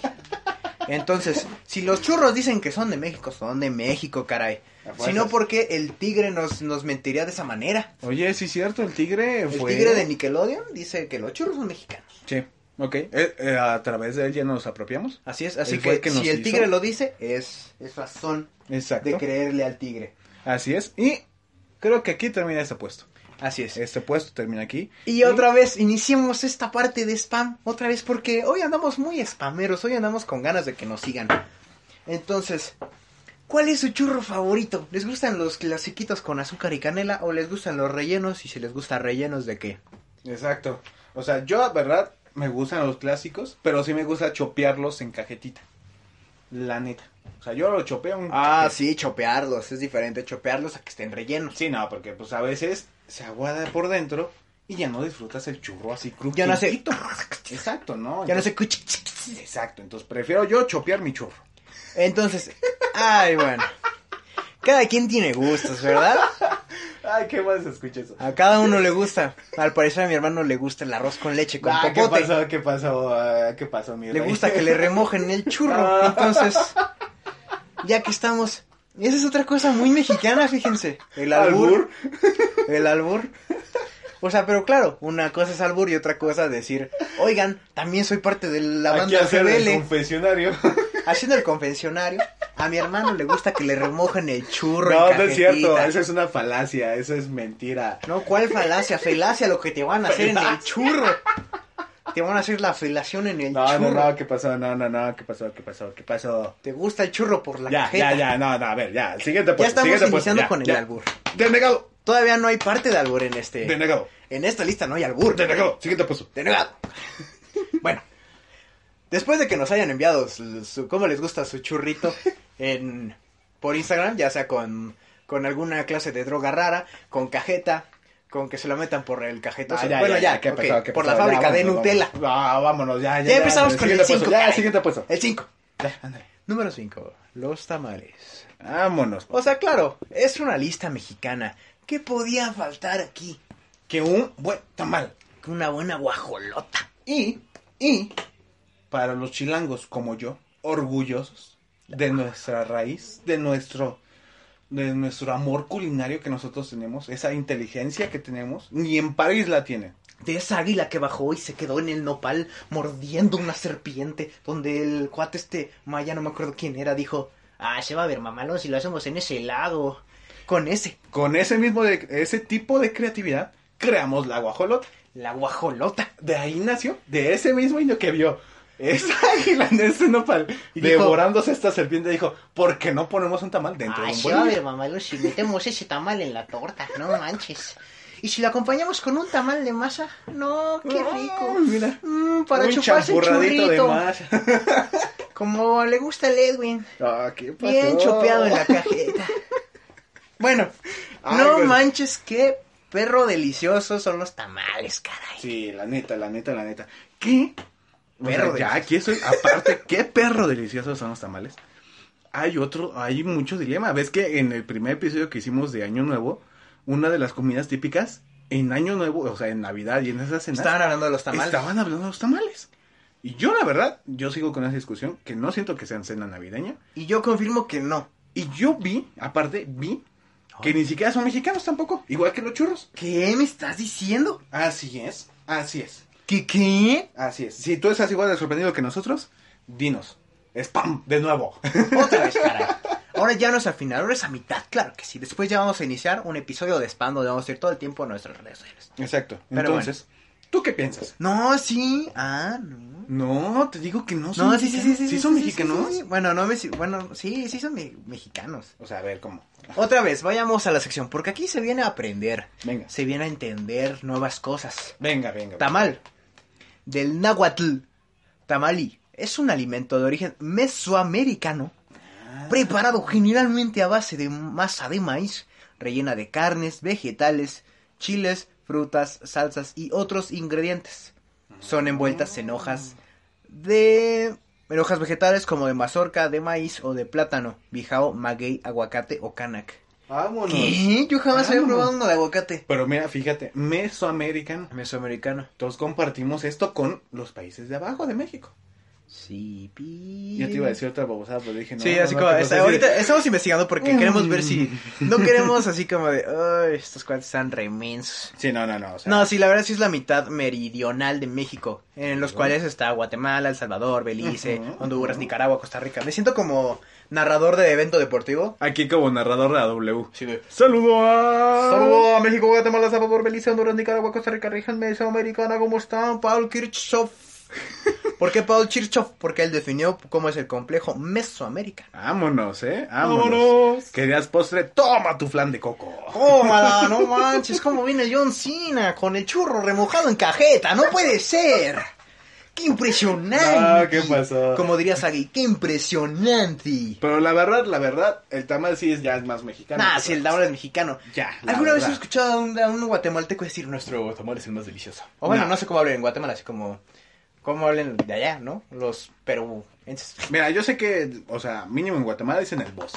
[SPEAKER 1] Entonces, si los churros dicen que son de México, son de México, caray.
[SPEAKER 2] A fuerzas.
[SPEAKER 1] Si no, porque el tigre nos, nos mentiría de esa manera?
[SPEAKER 2] Oye, sí es cierto, el tigre
[SPEAKER 1] El
[SPEAKER 2] fue...
[SPEAKER 1] tigre de Nickelodeon dice que los churros son mexicanos.
[SPEAKER 2] Sí, ok. Eh, eh, a través de él ya nos apropiamos.
[SPEAKER 1] Así es, así
[SPEAKER 2] Él fue
[SPEAKER 1] que,
[SPEAKER 2] el que nos
[SPEAKER 1] si el
[SPEAKER 2] hizo.
[SPEAKER 1] tigre lo dice, es, es razón
[SPEAKER 2] Exacto.
[SPEAKER 1] de creerle al tigre.
[SPEAKER 2] Así es. Y creo que aquí termina este puesto.
[SPEAKER 1] Así es.
[SPEAKER 2] Este puesto termina aquí.
[SPEAKER 1] Y otra vez iniciamos esta parte de spam, otra vez porque hoy andamos muy spameros, hoy andamos con ganas de que nos sigan. Entonces, ¿cuál es su churro favorito? ¿Les gustan los clasiquitos con azúcar y canela o les gustan los rellenos? Y si les gusta rellenos, ¿de qué?
[SPEAKER 2] Exacto. O sea, yo, la verdad, me gustan los clásicos, pero sí me gusta chopearlos en cajetita. La neta. O sea, yo lo chopeo en
[SPEAKER 1] Ah, sí, chopearlos, es diferente chopearlos a que estén rellenos.
[SPEAKER 2] Sí, no, porque pues a veces se aguada por dentro y ya no disfrutas el churro así crudo.
[SPEAKER 1] Ya no sé.
[SPEAKER 2] Exacto, ¿no?
[SPEAKER 1] Ya no sé.
[SPEAKER 2] Entonces- Exacto, entonces prefiero yo chopear mi churro.
[SPEAKER 1] Entonces, ay, bueno. Cada quien tiene gustos, ¿verdad?
[SPEAKER 2] Ay, qué mal se escucha eso.
[SPEAKER 1] A cada uno le gusta. Al parecer a mi hermano le gusta el arroz con leche con
[SPEAKER 2] Ah, ¿Qué
[SPEAKER 1] popote.
[SPEAKER 2] pasó? ¿Qué pasó? Ah, ¿Qué pasó, mi
[SPEAKER 1] Le
[SPEAKER 2] rey?
[SPEAKER 1] gusta que le remojen el
[SPEAKER 2] Ah.
[SPEAKER 1] churro. Entonces, ya que estamos. Esa es otra cosa muy mexicana, fíjense. El albur. El albur. O sea, pero claro, una cosa es albur y otra cosa decir, oigan, también soy parte de la
[SPEAKER 2] Aquí
[SPEAKER 1] banda
[SPEAKER 2] hacer el
[SPEAKER 1] GBL.
[SPEAKER 2] confesionario.
[SPEAKER 1] Haciendo el confesionario, a mi hermano le gusta que le remojen el churro.
[SPEAKER 2] No,
[SPEAKER 1] en
[SPEAKER 2] no es cierto,
[SPEAKER 1] cajetita.
[SPEAKER 2] eso es una falacia, eso es mentira. Ah,
[SPEAKER 1] No, ¿cuál falacia? Felacia lo que te van a hacer en el churro. Te van a hacer la felación en el
[SPEAKER 2] No, no,
[SPEAKER 1] churro.
[SPEAKER 2] no, ¿qué pasó? No, no, no, ¿qué pasó? ¿Qué pasó? ¿Qué pasó?
[SPEAKER 1] Te gusta el churro por la
[SPEAKER 2] Ya,
[SPEAKER 1] cajeta.
[SPEAKER 2] ya, ya, no, no, a ver, ya, siguiente puesto.
[SPEAKER 1] Ya estamos
[SPEAKER 2] siguiente puesto,
[SPEAKER 1] iniciando
[SPEAKER 2] ya,
[SPEAKER 1] con el
[SPEAKER 2] ya.
[SPEAKER 1] albur.
[SPEAKER 2] Denegado,
[SPEAKER 1] Todavía no hay parte de albur en este.
[SPEAKER 2] denegado,
[SPEAKER 1] En esta lista no hay albur.
[SPEAKER 2] denegado, siguiente puesto.
[SPEAKER 1] Denegado. bueno, después de que nos hayan enviado su, su- cómo les gusta su churrito en por Instagram, ya sea con, con alguna clase de droga rara, con cajeta, con que se lo metan por el cajetazo.
[SPEAKER 2] Ah,
[SPEAKER 1] bueno, ya,
[SPEAKER 2] ¿qué
[SPEAKER 1] ok,
[SPEAKER 2] pasó? ¿Qué
[SPEAKER 1] por
[SPEAKER 2] pasó?
[SPEAKER 1] la fábrica
[SPEAKER 2] Ya,
[SPEAKER 1] de
[SPEAKER 2] vámonos,
[SPEAKER 1] Nutella.
[SPEAKER 2] vámonos. Ah, vámonos, ya, ya.
[SPEAKER 1] Ya empezamos con el
[SPEAKER 2] siguiente
[SPEAKER 1] cinco,
[SPEAKER 2] puesto, Ya,
[SPEAKER 1] caray.
[SPEAKER 2] siguiente puesto.
[SPEAKER 1] El 5.
[SPEAKER 2] Ya, ándale.
[SPEAKER 1] Número 5. Los tamales.
[SPEAKER 2] Vámonos.
[SPEAKER 1] O sea, claro, es una lista mexicana. ¿Qué podía faltar aquí?
[SPEAKER 2] Que un buen tamal.
[SPEAKER 1] Que Una buena guajolota.
[SPEAKER 2] Y, y, para los chilangos como yo, orgullosos de nuestra raíz, de nuestro, de nuestro amor culinario que nosotros tenemos, esa inteligencia que tenemos, ni en París la tienen.
[SPEAKER 1] De esa águila que bajó y se quedó en el nopal mordiendo una serpiente, donde el cuate este maya, no me acuerdo quién era, dijo, ah, se va a ver mamalón si lo hacemos en ese lago, con ese,
[SPEAKER 2] Con ese mismo, de, ese tipo de creatividad, creamos la guajolota.
[SPEAKER 1] la guajolota.
[SPEAKER 2] De ahí nació, de ese mismo niño que vio esa águila en ese nopal
[SPEAKER 1] Y dijo-
[SPEAKER 2] devorándose esta serpiente, dijo, ¿por qué no ponemos un tamal dentro
[SPEAKER 4] Ay,
[SPEAKER 2] de un
[SPEAKER 4] sí, va a
[SPEAKER 2] bolillo?
[SPEAKER 4] ver, mamalón, si metemos ese tamal en la torta, no manches. Y si lo acompañamos con un tamal de masa, no, qué
[SPEAKER 2] Ay,
[SPEAKER 4] rico.
[SPEAKER 2] mira.
[SPEAKER 4] Mm, para
[SPEAKER 2] un
[SPEAKER 4] chuparse el
[SPEAKER 2] champurradito de
[SPEAKER 4] churrito,
[SPEAKER 2] más.
[SPEAKER 4] como le gusta al Edwin.
[SPEAKER 2] Ah, ¿qué pasó?
[SPEAKER 4] Bien chopeado en la cajeta.
[SPEAKER 1] Bueno,
[SPEAKER 2] Ay, pues.
[SPEAKER 1] no
[SPEAKER 2] güey.
[SPEAKER 1] manches, qué perro delicioso son los tamales, caray.
[SPEAKER 2] Sí, la neta, la neta, la neta. ¿Qué? O sea,
[SPEAKER 1] Perro delicioso.
[SPEAKER 2] ya, aquí estoy. Aparte, qué perro deliciosos son los tamales. Hay otro, hay mucho dilema. Ves que en el primer episodio que hicimos de Año Nuevo, una de las comidas típicas en Año Nuevo, o sea, en Navidad y en esas cenas,
[SPEAKER 1] Estaban hablando de los tamales.
[SPEAKER 2] estaban hablando de los tamales. Y yo, la verdad, yo sigo con esa discusión que no siento que sean cena navideña.
[SPEAKER 1] Y yo confirmo que no.
[SPEAKER 2] Y yo vi, aparte, vi que ni siquiera son mexicanos tampoco, igual que los churros.
[SPEAKER 1] ¿Qué me estás diciendo?
[SPEAKER 2] Así es, así es.
[SPEAKER 1] ¿Qué qué?
[SPEAKER 2] Así es. Si tú estás igual de sorprendido que nosotros, dinos. Spam, de nuevo.
[SPEAKER 1] Otra vez, caray. Ahora ya no es al final, ahora es a mitad, claro que sí. Después ya vamos a iniciar un episodio de spam donde vamos a ir todo el tiempo a nuestras redes sociales.
[SPEAKER 2] Exacto.
[SPEAKER 1] Pero
[SPEAKER 2] Entonces, ¿tú qué piensas?
[SPEAKER 1] No, sí. Ah, no.
[SPEAKER 2] No, te digo que no son
[SPEAKER 1] No, sí, sí, sí,
[SPEAKER 2] mexicanos.
[SPEAKER 1] sí. sí,
[SPEAKER 2] son
[SPEAKER 1] sí, sí,
[SPEAKER 2] mexicanos?
[SPEAKER 1] sí, sí. Bueno, no me, bueno, sí, sí son me- mexicanos.
[SPEAKER 2] O sea, a ver, ¿cómo?
[SPEAKER 1] Otra vez, vayamos a la sección, porque aquí se viene a aprender,
[SPEAKER 2] Venga.
[SPEAKER 1] se viene a entender nuevas cosas.
[SPEAKER 2] Venga, venga.
[SPEAKER 1] Tamal. Del náhuatl. Tamali. Es un alimento de origen mesoamericano.
[SPEAKER 2] Ah.
[SPEAKER 1] Preparado generalmente a base de masa de maíz. Rellena de carnes, vegetales, chiles, frutas, salsas y otros ingredientes. Son envueltas
[SPEAKER 2] Ah.
[SPEAKER 1] en hojas de. En hojas vegetales como de mazorca, de maíz o de plátano, bijao, maguey, aguacate o canac.
[SPEAKER 2] Vámonos.
[SPEAKER 1] ¿Qué? Yo jamás había
[SPEAKER 2] Vámonos.
[SPEAKER 1] probado uno de aguacate.
[SPEAKER 2] Pero mira, fíjate, mesoamericano.
[SPEAKER 1] Mesoamericano.
[SPEAKER 2] Todos compartimos esto con los países de abajo de México.
[SPEAKER 1] Sí, pi.
[SPEAKER 2] Yo te iba a decir otra babosada, pero dije no.
[SPEAKER 1] Sí,
[SPEAKER 2] no,
[SPEAKER 1] así
[SPEAKER 2] no,
[SPEAKER 1] como,
[SPEAKER 2] que
[SPEAKER 1] está-
[SPEAKER 2] no sé si-
[SPEAKER 1] ahorita estamos investigando porque
[SPEAKER 2] Mm.
[SPEAKER 1] queremos ver si, no queremos así como de, ay, estos cuates están remensos.
[SPEAKER 2] Sí, no, no, no. o sea,
[SPEAKER 1] No, sí, la verdad sí es la mitad meridional de México, en los cuales está Guatemala, El Salvador, Belice,
[SPEAKER 2] Ujú.
[SPEAKER 1] Honduras, Nicaragua, Costa Rica. Me siento como narrador de evento deportivo.
[SPEAKER 2] Aquí como narrador de AW.
[SPEAKER 1] Sí, de...
[SPEAKER 2] Saludo a...
[SPEAKER 1] Saludos a México, Guatemala, Salvador, Belice, Honduras, Nicaragua, Costa Rica, región mesoamericana, ¿cómo están? Paul Kirchhoff. ¿Por qué Paul Kirchhoff? Porque él definió cómo es el complejo mesoamericano.
[SPEAKER 2] Vámonos, ¿eh? Vámonos.
[SPEAKER 1] Vámonos.
[SPEAKER 2] Querías postre, toma tu flan de coco.
[SPEAKER 1] Tómala, no manches, cómo viene John Cena con el churro remojado en cajeta, no puede ser. Qué impresionante.
[SPEAKER 2] Ah, ¿qué pasó?
[SPEAKER 1] Como diría Sagi, qué impresionante.
[SPEAKER 2] Pero la verdad, la verdad, el tamal sí es ya es más mexicano.
[SPEAKER 1] Nah, si el tamal es mexicano.
[SPEAKER 2] Ya, la
[SPEAKER 1] ¿Alguna vez
[SPEAKER 2] verdad.
[SPEAKER 1] has escuchado a un, a un guatemalteco decir nuestro tamal es el más delicioso? O bueno,
[SPEAKER 2] No.
[SPEAKER 1] no, sé cómo hablan en Guatemala, así como cómo hablan de allá, ¿no? Los peruenses.
[SPEAKER 2] Mira, yo sé que, o sea, mínimo en Guatemala dicen el vos.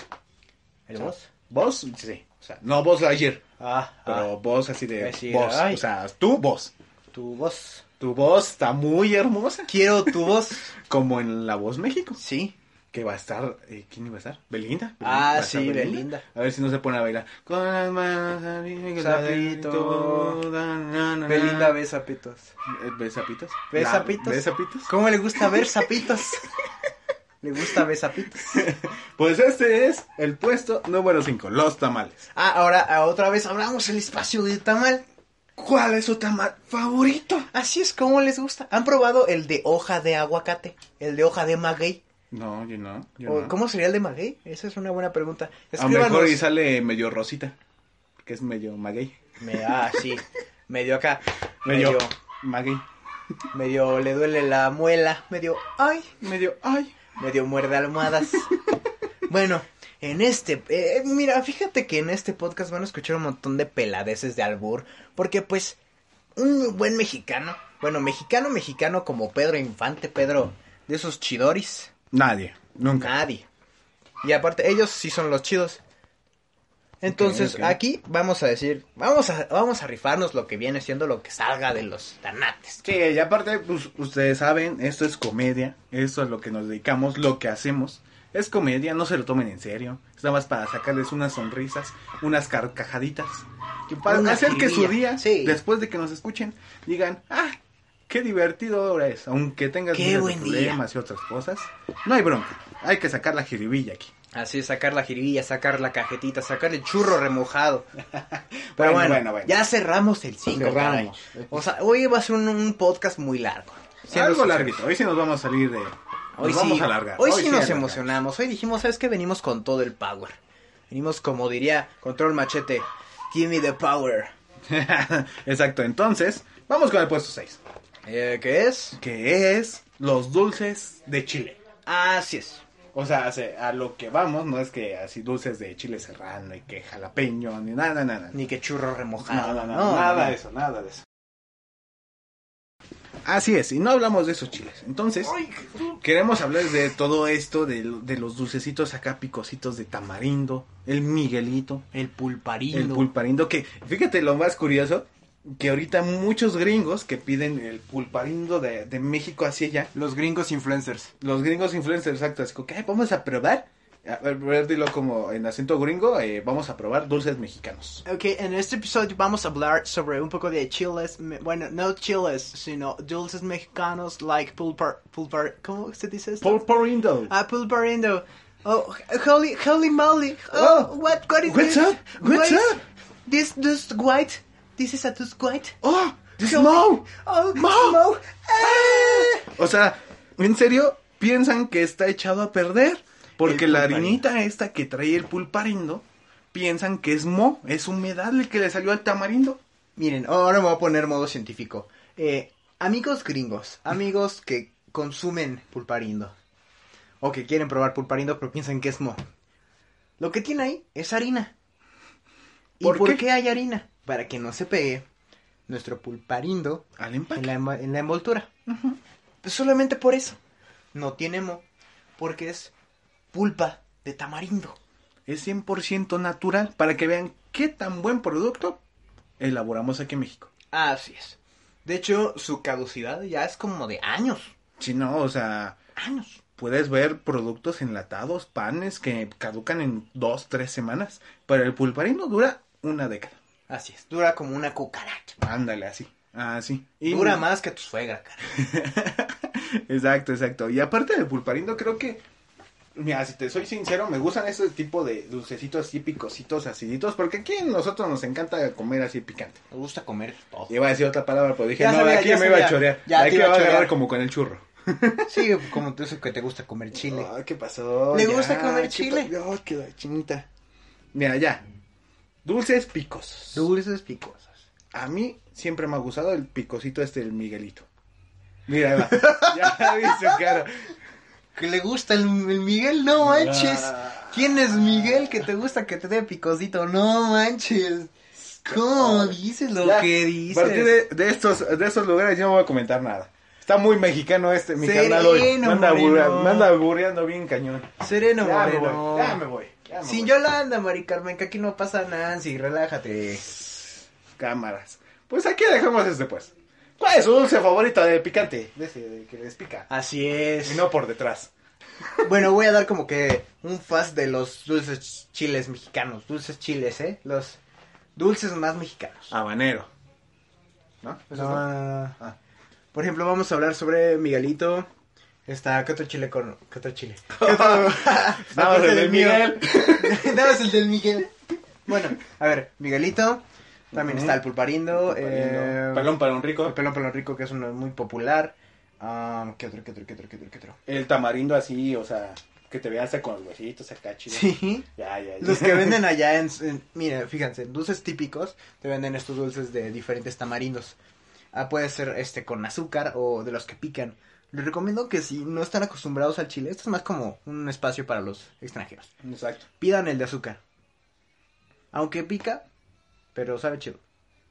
[SPEAKER 1] ¿El vos?
[SPEAKER 2] ¿Vos? Sí. O sea, no vos ayer,
[SPEAKER 1] Ah,
[SPEAKER 2] pero vos así de
[SPEAKER 1] Decir,
[SPEAKER 2] vos.
[SPEAKER 1] ay.
[SPEAKER 2] O sea, tú vos.
[SPEAKER 1] ah, tu voz.
[SPEAKER 2] Tu voz está muy hermosa.
[SPEAKER 1] Quiero tu voz.
[SPEAKER 2] Como en La Voz México.
[SPEAKER 1] Sí.
[SPEAKER 2] Que va a estar, eh, ¿quién iba a estar? Belinda.
[SPEAKER 1] Ah,
[SPEAKER 2] Va a
[SPEAKER 1] sí,
[SPEAKER 2] estar
[SPEAKER 1] Belinda.
[SPEAKER 2] A ver si no se pone a bailar. Con las manos arriba,
[SPEAKER 1] Sapito.
[SPEAKER 2] toda, na, na, na.
[SPEAKER 1] Belinda besa pitos.
[SPEAKER 2] Eh, ¿Besapitos?
[SPEAKER 1] ¿Ves zapitos?
[SPEAKER 2] ¿Besapitos?
[SPEAKER 1] ¿Cómo le gusta ver zapitos? le gusta ver zapitos.
[SPEAKER 2] Pues este es el puesto número 5, los tamales.
[SPEAKER 1] Ah, ahora ah, otra vez hablamos el espacio de tamal.
[SPEAKER 2] ¿Cuál es su tamal favorito?
[SPEAKER 1] Así es como les gusta. ¿Han probado el de hoja de aguacate? El de hoja de maguey.
[SPEAKER 2] No, yo no. yo
[SPEAKER 1] ¿O
[SPEAKER 2] no.
[SPEAKER 1] ¿Cómo sería el de maguey? Esa es una buena pregunta.
[SPEAKER 2] A lo mejor
[SPEAKER 1] Escríbanos.
[SPEAKER 2] y sale medio rosita, que es medio maguey.
[SPEAKER 1] Me, ah, sí. Medio acá.
[SPEAKER 2] Medio
[SPEAKER 1] Medio.
[SPEAKER 2] maguey.
[SPEAKER 1] Medio le duele la muela. Medio. ¡Ay!
[SPEAKER 2] Medio, ay.
[SPEAKER 1] Medio muerde almohadas. bueno, en este. eh, mira, fíjate que en este podcast van a escuchar un montón de peladeces de albur. Porque, pues, un buen mexicano. Bueno, mexicano, mexicano como Pedro Infante, Pedro. De esos chidoris.
[SPEAKER 2] Nadie, nunca.
[SPEAKER 1] Nadie. Y aparte, ellos sí son los chidos. Entonces,
[SPEAKER 2] ok.
[SPEAKER 1] aquí vamos a decir, vamos a, vamos a rifarnos lo que viene siendo lo que salga de los tanates.
[SPEAKER 2] Sí, y aparte, pues ustedes saben, esto es comedia, esto es lo que nos dedicamos, lo que hacemos. Es comedia, no se lo tomen en serio. Es nada más para sacarles unas sonrisas, unas carcajaditas. Y para
[SPEAKER 1] Una
[SPEAKER 2] hacer que su
[SPEAKER 1] jiribilla,
[SPEAKER 2] día,
[SPEAKER 1] sí.
[SPEAKER 2] después de que nos escuchen, digan, ah, qué divertido ahora es. Aunque tengas
[SPEAKER 1] Qué
[SPEAKER 2] miles de
[SPEAKER 1] buen día.
[SPEAKER 2] problemas y otras cosas, no hay bronca. Hay que sacar la jiribilla aquí.
[SPEAKER 1] Así, sacar la jiribilla, sacar la cajetita, sacar el churro remojado. Pero
[SPEAKER 2] Bueno,
[SPEAKER 1] bueno,
[SPEAKER 2] bueno, bueno.
[SPEAKER 1] ya cerramos el 5.
[SPEAKER 2] Cerramos.
[SPEAKER 1] O sea, hoy va a ser un, un podcast muy largo. Siendo
[SPEAKER 2] Algo
[SPEAKER 1] sincero.
[SPEAKER 2] larguito. Hoy sí nos vamos a salir de.
[SPEAKER 1] Hoy
[SPEAKER 2] nos
[SPEAKER 1] sí,
[SPEAKER 2] vamos a alargar.
[SPEAKER 1] Hoy, sí, nos
[SPEAKER 2] alargamos.
[SPEAKER 1] emocionamos. Hoy dijimos, ¿sabes qué? Venimos con todo el power. Venimos, como diría Control Machete, give me the power.
[SPEAKER 2] Exacto, entonces, vamos con el puesto 6,
[SPEAKER 1] Eh, ¿Qué es?
[SPEAKER 2] que es los dulces de Chile.
[SPEAKER 1] Así es.
[SPEAKER 2] O sea, se- a lo que vamos, no es que así dulces de chile serrano y que jalapeño, ni nada, nada.
[SPEAKER 1] Ni que churro remojado.
[SPEAKER 2] nada, nada, nada de eso, nada de eso. Así es, y no hablamos de esos chiles. Entonces, queremos hablar de todo esto, de, de los dulcecitos acá picositos de tamarindo, el miguelito,
[SPEAKER 1] El pulparindo.
[SPEAKER 2] El pulparindo que, fíjate lo más curioso, que ahorita muchos gringos que piden el pulparindo de, de México hacia allá,
[SPEAKER 1] Los gringos influencers.
[SPEAKER 2] los gringos influencers, exacto, así como que "Ay, vamos a probar, a ver, a ver, dilo como en acento gringo, eh, vamos a probar dulces mexicanos.
[SPEAKER 4] Ok, en este episodio vamos a hablar sobre un poco de chiles, me- bueno, no chiles, sino dulces mexicanos, like pulpar, pulpar, ¿cómo se dice esto?
[SPEAKER 2] Pulparindo.
[SPEAKER 4] ah, pulparindo. Oh, holy, holy moly.
[SPEAKER 2] Oh,
[SPEAKER 4] Oh, what, what is
[SPEAKER 2] what's
[SPEAKER 4] this?
[SPEAKER 2] up? What's
[SPEAKER 4] What is-
[SPEAKER 2] up?
[SPEAKER 4] This, this white, this is a this white.
[SPEAKER 2] ¡Oh! this Mo!
[SPEAKER 4] Oh,
[SPEAKER 2] Mo.
[SPEAKER 4] Mo. Ah.
[SPEAKER 2] O sea, en serio, piensan que está echado a perder. Porque
[SPEAKER 1] El
[SPEAKER 2] la
[SPEAKER 1] pulparindo.
[SPEAKER 2] harinita esta que trae el pulparindo, piensan que es mo, es humedad el que le salió al tamarindo.
[SPEAKER 1] Miren, oh, ahora me voy a poner modo científico. Eh, amigos gringos, amigos que consumen pulparindo. O que quieren probar pulparindo pero piensan que es mo. Lo que tiene ahí es harina. ¿Y
[SPEAKER 2] ¿Por
[SPEAKER 1] por,
[SPEAKER 2] qué?
[SPEAKER 1] qué? hay harina? Para que no se pegue nuestro pulparindo
[SPEAKER 2] Al
[SPEAKER 1] en
[SPEAKER 2] empaque.
[SPEAKER 1] la, enva- en la envoltura. Pues Solamente por eso. No tiene mo, porque es pulpa de tamarindo.
[SPEAKER 2] es 100% natural para que vean qué tan buen producto elaboramos aquí en México.
[SPEAKER 1] Así es. De hecho, su caducidad ya es como de años.
[SPEAKER 2] Si no, o sea,
[SPEAKER 1] Años.
[SPEAKER 2] puedes ver productos enlatados, panes que caducan en dos, tres semanas, pero el pulparino dura una década.
[SPEAKER 1] Así es. Dura como una cucaracha.
[SPEAKER 2] Ándale, así. Así. Y-
[SPEAKER 1] Dura más que tu suegra, cara.
[SPEAKER 2] Exacto, exacto. Y aparte del pulparindo, creo que, mira, si te soy sincero, me gustan ese tipo de dulcecitos así picositos, aciditos, porque aquí nosotros nos encanta comer así picante.
[SPEAKER 1] Me gusta comer todo.
[SPEAKER 2] Iba a decir otra palabra, pero dije,
[SPEAKER 1] Ya
[SPEAKER 2] no,
[SPEAKER 1] sabía,
[SPEAKER 2] de aquí
[SPEAKER 1] ya
[SPEAKER 2] me iba a
[SPEAKER 1] sabía.
[SPEAKER 2] chorear.
[SPEAKER 1] Ya
[SPEAKER 2] de
[SPEAKER 1] te
[SPEAKER 2] aquí me
[SPEAKER 1] iba a
[SPEAKER 2] va a agarrar
[SPEAKER 1] chorear.
[SPEAKER 2] como con el churro.
[SPEAKER 1] Sí, como tú eso que te gusta comer chile.
[SPEAKER 2] Ah, ¿Qué pasó?
[SPEAKER 1] Le
[SPEAKER 2] Ya,
[SPEAKER 1] gusta comer
[SPEAKER 2] ¿qué
[SPEAKER 1] chile.
[SPEAKER 2] pa- No, que la chinita. Mira, ya. Dulces picosos.
[SPEAKER 1] Dulces picosas.
[SPEAKER 2] A mí siempre me ha gustado el picosito este del Miguelito. Mira, ahí va. ya vi su cara.
[SPEAKER 1] Que le gusta el, el Miguel, no manches.
[SPEAKER 2] Ah.
[SPEAKER 1] ¿Quién es Miguel que te gusta que te dé picosito? No manches. ¿Cómo dices lo
[SPEAKER 2] Ya,
[SPEAKER 1] que
[SPEAKER 2] A partir
[SPEAKER 1] dices?
[SPEAKER 2] de, de estos, de estos lugares yo no voy a comentar nada. Está muy mexicano este, mi
[SPEAKER 1] Sereno,
[SPEAKER 2] carnal hoy. Me anda,
[SPEAKER 1] Moreno.
[SPEAKER 2] burra- me anda burreando bien cañón.
[SPEAKER 1] Sereno,
[SPEAKER 2] ya, me
[SPEAKER 1] Moreno.
[SPEAKER 2] voy, ya me voy. ya me
[SPEAKER 1] Sin
[SPEAKER 2] voy.
[SPEAKER 1] Yolanda, Mari Carmen, que aquí no pasa Nancy, relájate.
[SPEAKER 2] cámaras. Pues aquí dejamos este pues. ¿Cuál es su dulce favorito de picante? De ese de que les pica.
[SPEAKER 1] Así es.
[SPEAKER 2] Y no por detrás.
[SPEAKER 1] Bueno, voy a dar como que un fast de los dulces chiles mexicanos. Dulces chiles, ¿eh? Los dulces más mexicanos.
[SPEAKER 2] Habanero. ¿No?
[SPEAKER 1] No, no, no. Ah. Por ejemplo, vamos a hablar sobre Miguelito. Está, ¿qué otro chile con...? ¿Qué otro chile?
[SPEAKER 2] Vamos,
[SPEAKER 1] Aparte
[SPEAKER 2] el de
[SPEAKER 1] del mío.
[SPEAKER 2] Miguel.
[SPEAKER 1] Nada más el del Miguel. Bueno, a ver, Miguelito. También
[SPEAKER 2] Ujú.
[SPEAKER 1] está el pulparindo. eh,
[SPEAKER 2] Pelón para un rico.
[SPEAKER 1] El pelón pelón rico, que es uno muy popular. Ah, ¿Qué otro, qué otro, qué otro, qué otro, qué otro?
[SPEAKER 2] El tamarindo así, o sea, que te veas con los huesitos acá chido.
[SPEAKER 1] Sí.
[SPEAKER 2] Ya, ya, ya.
[SPEAKER 1] Los que venden allá en, en- Mira, fíjense, dulces típicos. Te venden estos dulces de diferentes tamarindos. Ah, puede ser este con azúcar o de los que pican. Les recomiendo que si no están acostumbrados al chile, esto es más como un espacio para los extranjeros.
[SPEAKER 2] Exacto.
[SPEAKER 1] Pidan el de azúcar. Aunque pica, pero sabe chido.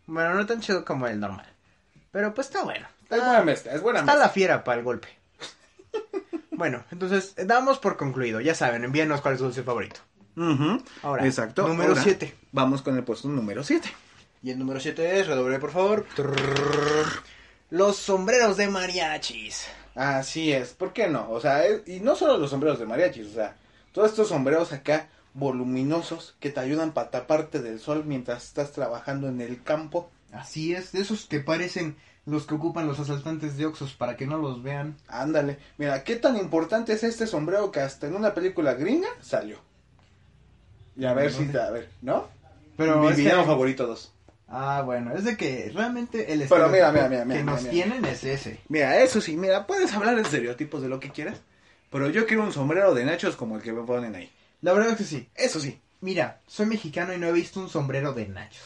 [SPEAKER 1] Bueno, no tan chido como el normal. Pero pues está bueno.
[SPEAKER 2] Es
[SPEAKER 1] Está-
[SPEAKER 2] buena mezcla, es buena
[SPEAKER 1] Está
[SPEAKER 2] mezcla.
[SPEAKER 1] la fiera para el golpe. bueno, entonces eh, damos por concluido. Ya saben, envíenos cuál es su dulce favorito.
[SPEAKER 2] Ujú,
[SPEAKER 1] Ahora,
[SPEAKER 2] Exacto.
[SPEAKER 1] número
[SPEAKER 2] ahora
[SPEAKER 1] siete.
[SPEAKER 2] Vamos con el puesto número 7.
[SPEAKER 1] Y el número 7 es, redoble por favor. Los sombreros de mariachis.
[SPEAKER 2] Así es, ¿por qué no? O sea, es- y no solo los sombreros de mariachis, o sea, todos estos sombreros acá voluminosos que te ayudan para taparte del sol mientras estás trabajando en el campo.
[SPEAKER 1] Así es, de esos que parecen los que ocupan los asaltantes de Oxos para que no los vean.
[SPEAKER 2] Ándale, mira, qué tan importante es este sombrero que hasta en una película gringa salió. Y a ver si, a ver, ¿no?
[SPEAKER 1] Pero
[SPEAKER 2] Mi
[SPEAKER 1] es que-
[SPEAKER 2] villano favorito 2.
[SPEAKER 1] Ah, bueno, es de que realmente el
[SPEAKER 2] Pero mira, mira,
[SPEAKER 1] estereotipo
[SPEAKER 2] mira, mira,
[SPEAKER 1] que
[SPEAKER 2] mira,
[SPEAKER 1] nos
[SPEAKER 2] mira.
[SPEAKER 1] tienen es ese.
[SPEAKER 2] Mira, eso sí, mira, puedes hablar de estereotipos de lo que quieras, pero yo quiero un sombrero de nachos como el que me ponen ahí.
[SPEAKER 1] La verdad es que sí.
[SPEAKER 2] Eso sí,
[SPEAKER 1] Mira, soy mexicano y no he visto un sombrero de nachos.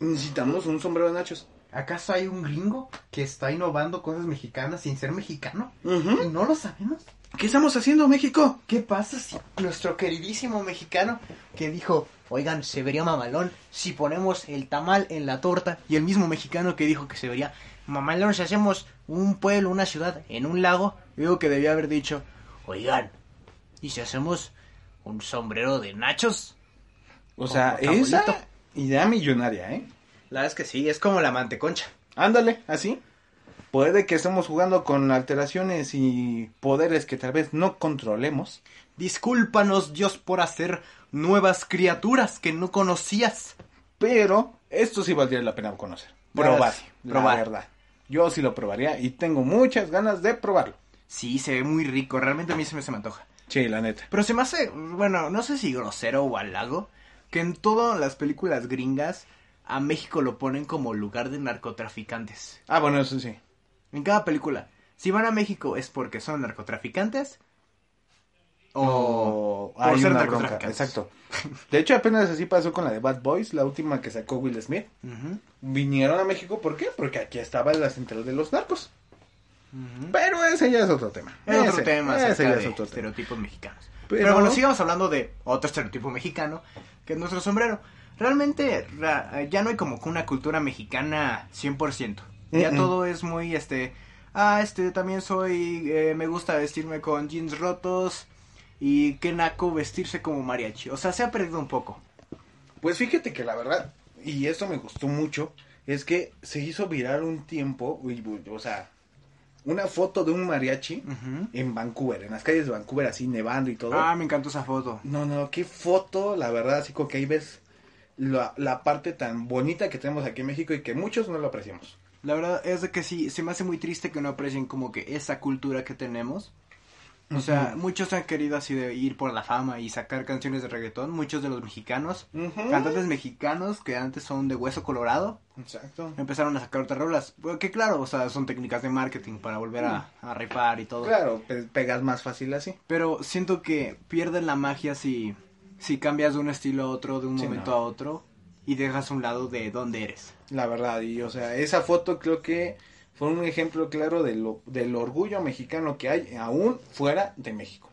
[SPEAKER 2] necesitamos un sombrero de nachos.
[SPEAKER 1] ¿Acaso hay un gringo que está innovando cosas mexicanas sin ser mexicano?
[SPEAKER 2] Ujú.
[SPEAKER 1] ¿Y no lo sabemos?
[SPEAKER 2] ¿Qué estamos haciendo, México?
[SPEAKER 1] ¿Qué pasa si nuestro queridísimo mexicano que dijo, oigan, se vería mamalón si ponemos el tamal en la torta? Y el mismo mexicano que dijo que se vería mamalón si hacemos un pueblo, una ciudad en un lago, digo que debía haber dicho, oigan, ¿y si hacemos un sombrero de nachos?
[SPEAKER 2] O sea,
[SPEAKER 1] Como
[SPEAKER 2] esa
[SPEAKER 1] tabolito.
[SPEAKER 2] idea millonaria, ¿eh?
[SPEAKER 1] La verdad es que sí, es como la manteconcha.
[SPEAKER 2] Ándale, así. Puede que estemos jugando con alteraciones y poderes que tal vez no controlemos.
[SPEAKER 1] Discúlpanos Dios por hacer nuevas criaturas que no conocías.
[SPEAKER 2] Pero esto sí valdría la pena conocer.
[SPEAKER 1] Nada,
[SPEAKER 2] Probar,
[SPEAKER 1] sí,
[SPEAKER 2] probar.
[SPEAKER 1] probar.
[SPEAKER 2] La verdad. Yo sí lo probaría y tengo muchas ganas de probarlo.
[SPEAKER 1] Sí, se ve muy rico, realmente a mí se me, se me antoja.
[SPEAKER 2] Sí, la neta.
[SPEAKER 1] Pero se me hace, bueno, no sé si grosero o halago, que en todas las películas gringas a México lo ponen como lugar de narcotraficantes.
[SPEAKER 2] Ah, bueno, eso sí.
[SPEAKER 1] En cada película, si van a México es porque son narcotraficantes o
[SPEAKER 2] O
[SPEAKER 1] Oh, por
[SPEAKER 2] Oh, hay
[SPEAKER 1] ser
[SPEAKER 2] una bronca,
[SPEAKER 1] narcotraficantes.
[SPEAKER 2] Exacto. De hecho, apenas así pasó con la de Bad Boys, la última que sacó Will Smith.
[SPEAKER 1] Ujú,
[SPEAKER 2] Vinieron a México, ¿por qué? Porque aquí estaba la central de los narcos.
[SPEAKER 1] ujú.
[SPEAKER 2] Pero ese ya es otro tema.
[SPEAKER 1] Es otro
[SPEAKER 2] Ese,
[SPEAKER 1] tema, acerca
[SPEAKER 2] Ese ya
[SPEAKER 1] de
[SPEAKER 2] es otro tema.
[SPEAKER 1] estereotipos mexicanos.
[SPEAKER 2] Pero-
[SPEAKER 1] Pero, bueno, sigamos hablando de otro estereotipo mexicano, que es nuestro sombrero. Realmente ra- ya no hay como que una cultura mexicana 100%. Ya
[SPEAKER 2] Mm-mm.
[SPEAKER 1] todo es muy, este, ah, este, también soy, eh, me gusta vestirme con jeans rotos y qué naco vestirse como mariachi. O sea, se ha perdido un poco.
[SPEAKER 2] Pues fíjate que la verdad, y esto me gustó mucho, es que se hizo viral un tiempo, uy, uy, o sea, una foto de un mariachi
[SPEAKER 1] Ujú.
[SPEAKER 2] en Vancouver, en las calles de Vancouver, así nevando y todo.
[SPEAKER 1] Ah, me encantó esa foto.
[SPEAKER 2] No, no, qué foto, la verdad, así como que ahí ves la, la parte tan bonita que tenemos aquí en México y que muchos no lo apreciamos.
[SPEAKER 1] La verdad es de que sí, se me hace muy triste que no aprecien como que esa cultura que tenemos. O sea, muchos han querido así de ir por la fama y sacar canciones de reggaetón, muchos de los mexicanos,
[SPEAKER 2] Ujú.
[SPEAKER 1] cantantes mexicanos que antes son de hueso colorado,
[SPEAKER 2] Exacto.
[SPEAKER 1] empezaron a sacar otras rolas, Bueno, que claro, o sea, son técnicas de marketing para volver a, a rifar y todo.
[SPEAKER 2] Claro, pe- pegas más fácil así.
[SPEAKER 1] Pero siento que pierden la magia si, si cambias de un estilo a otro, de un
[SPEAKER 2] Sí,
[SPEAKER 1] momento
[SPEAKER 2] no.
[SPEAKER 1] a otro y dejas a un lado de dónde eres.
[SPEAKER 2] La verdad, y o sea, esa foto creo que fue un ejemplo claro de lo, del orgullo mexicano que hay aún fuera de México.